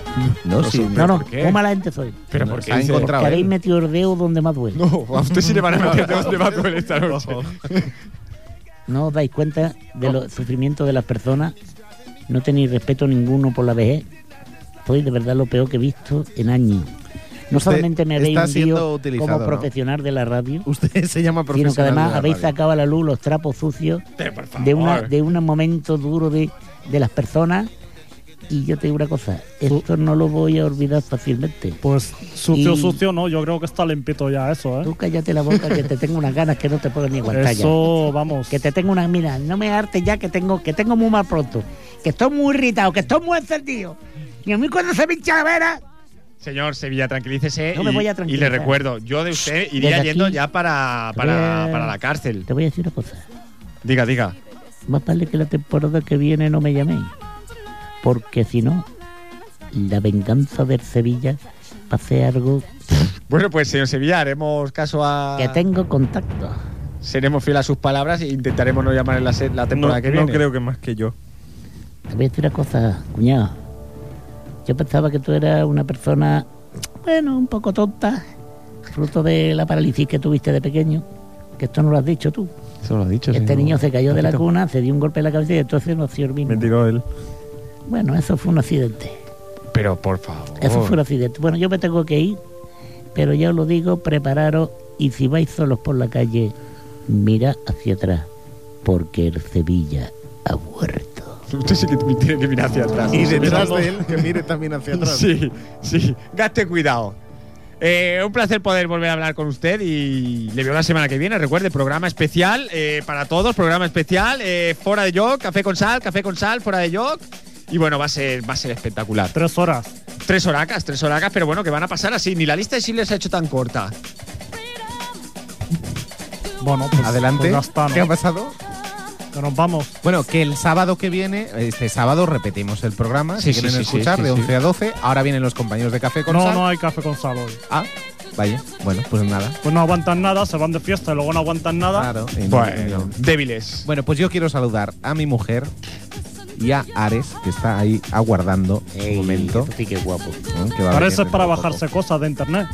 C: no, sí,
B: Oh, No, no,
D: ¿por qué?
B: muy mala gente soy.
D: Pero
C: No,
D: ¿por qué
C: se ha
D: dice-
C: encontrado.
B: Que habéis
C: él.
B: metido el dedo donde más duele.
D: No, a usted sí le van a meter dos debates en esta noche.
B: No os dais cuenta de los sufrimientos de las personas. No tenéis respeto ninguno por la vejez. Soy de verdad lo peor que he visto en años. No
C: Usted
B: solamente me habéis
C: está siendo
B: hundido
C: utilizado,
B: como
C: ¿no?
B: profesional de la radio,
C: Usted se llama
B: sino que
C: profesional.
B: además habéis
C: de la radio.
B: sacado a la luz los trapos sucios
D: Pero, por favor.
B: de una de un momento duro de, de las personas y yo te digo una cosa esto no lo voy a olvidar fácilmente
I: Pues sucio,
B: Y-
I: sucio, no. Yo creo que está limpito ya eso,
B: tú
I: ¿eh?
B: cállate la boca que te tengo unas ganas que no te puedo ni aguantar
I: Eso, vamos.
B: ya que te tengo unas mira no me arte ya que tengo que tengo muy mal pronto que estoy muy irritado que estoy muy encendido y a mí cuando se me hincha la vena
D: Señor Sevilla, tranquilícese.
B: No me
D: y-
B: voy a
D: y, le
B: tranquilizar.
D: recuerdo, yo de usted iría
B: desde
D: yendo
B: aquí-
D: ya para, para,
B: Eh.
D: para la cárcel.
B: te voy a decir una cosa
D: Diga, diga.
B: más vale que la temporada que viene no me llaméis porque si no la venganza del Sevilla va a ser algo
D: Bueno, pues señor Sevilla, haremos caso a.
A: Ah.
B: que tengo contacto
D: Seremos fieles a sus palabras e intentaremos no llamar en la, se- la temporada que viene.
J: que más que yo.
B: Te voy a decir una cosa, cuñado. Yo pensaba que tú eras una persona, bueno, un poco tonta, fruto de la parálisis que tuviste de pequeño. Que esto no lo has dicho tú.
D: Eso lo ha dicho.
B: este niño se cayó de la cuna, se dio un golpe en la cabeza y entonces nació el mismo.
J: tiró
D: eh.
J: él.
B: Bueno, eso fue un accidente.
D: Pero por favor.
B: Eso fue un accidente. Bueno, yo me tengo que ir, pero ya os lo digo, prepararos y si vais solos por la calle, mirad hacia atrás, porque el Sevilla ha muerto.
D: Usted sí que tiene que mirar hacia atrás.
C: Y detrás de él, que mire también hacia atrás.
D: Sí, sí. Gaste cuidado. Eh, un placer poder volver a hablar con usted y le veo la semana que viene. Recuerde, programa especial eh, para todos, programa especial, eh, fuera de York, café con sal, café con sal, fuera de York. Y bueno, va a ser, va a ser espectacular.
I: Tres horas.
D: Tres horacas, tres horacas, pero bueno, que van a pasar así. Ni la lista de Chile se ha hecho tan corta.
I: Bueno, pues,
C: Adelante.
I: pues ya está, ¿no?
C: ¿Qué ha pasado?
I: Que nos vamos.
C: Bueno, que el sábado que viene, este sábado repetimos el programa,
D: Sí,
C: si
D: sí,
C: quieren
D: sí,
C: escuchar,
D: sí, sí,
C: de
D: sí.
C: 11 a 12. Ahora vienen los compañeros de Café con
I: No,
C: Sal.
I: no hay café con sal hoy.
C: Ah, Vaya, bueno, pues nada.
I: Pues no aguantan nada, se van de fiesta y luego no aguantan nada.
C: Claro. y no-
D: Bueno,
C: no.
D: débiles.
C: Bueno, pues yo quiero saludar a mi mujer y a Ares, que está ahí aguardando
B: Ey,
C: un momento.
B: esto sí que es guapo.
C: ¿no? Que va a venir
I: Parece
C: dentro
I: para
C: de poco.
I: bajarse cosas de internet.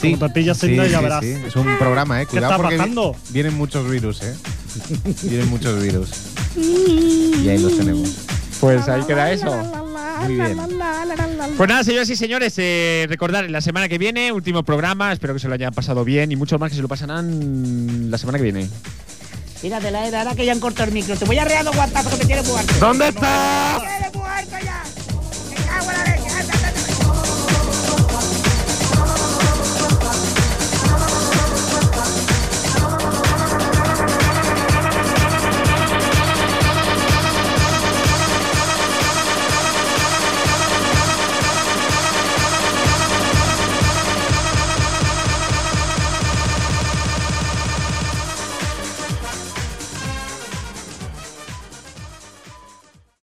C: Sí,
I: Cuando te pillas sin
C: sí,
I: ella,
C: sí,
I: verás.
C: sí. Es un programa, eh. Cuidado
I: está
C: porque vi-
I: bajando?
C: vienen muchos virus, eh. vienen muchos virus. Y ahí los tenemos.
D: Pues ahí queda eso.
C: Muy bien.
D: Pues nada, señoras y señores, eh, recordar la semana que viene, último programa, espero que se lo hayan pasado bien y muchos más que se lo pasarán la semana que viene.
B: Mírate la edad, ahora que ya han cortado el micro. Te voy a rear dos guantazos que me tienes muerto.
J: ¿Dónde estás?
B: ¡Me tienes muerto ya!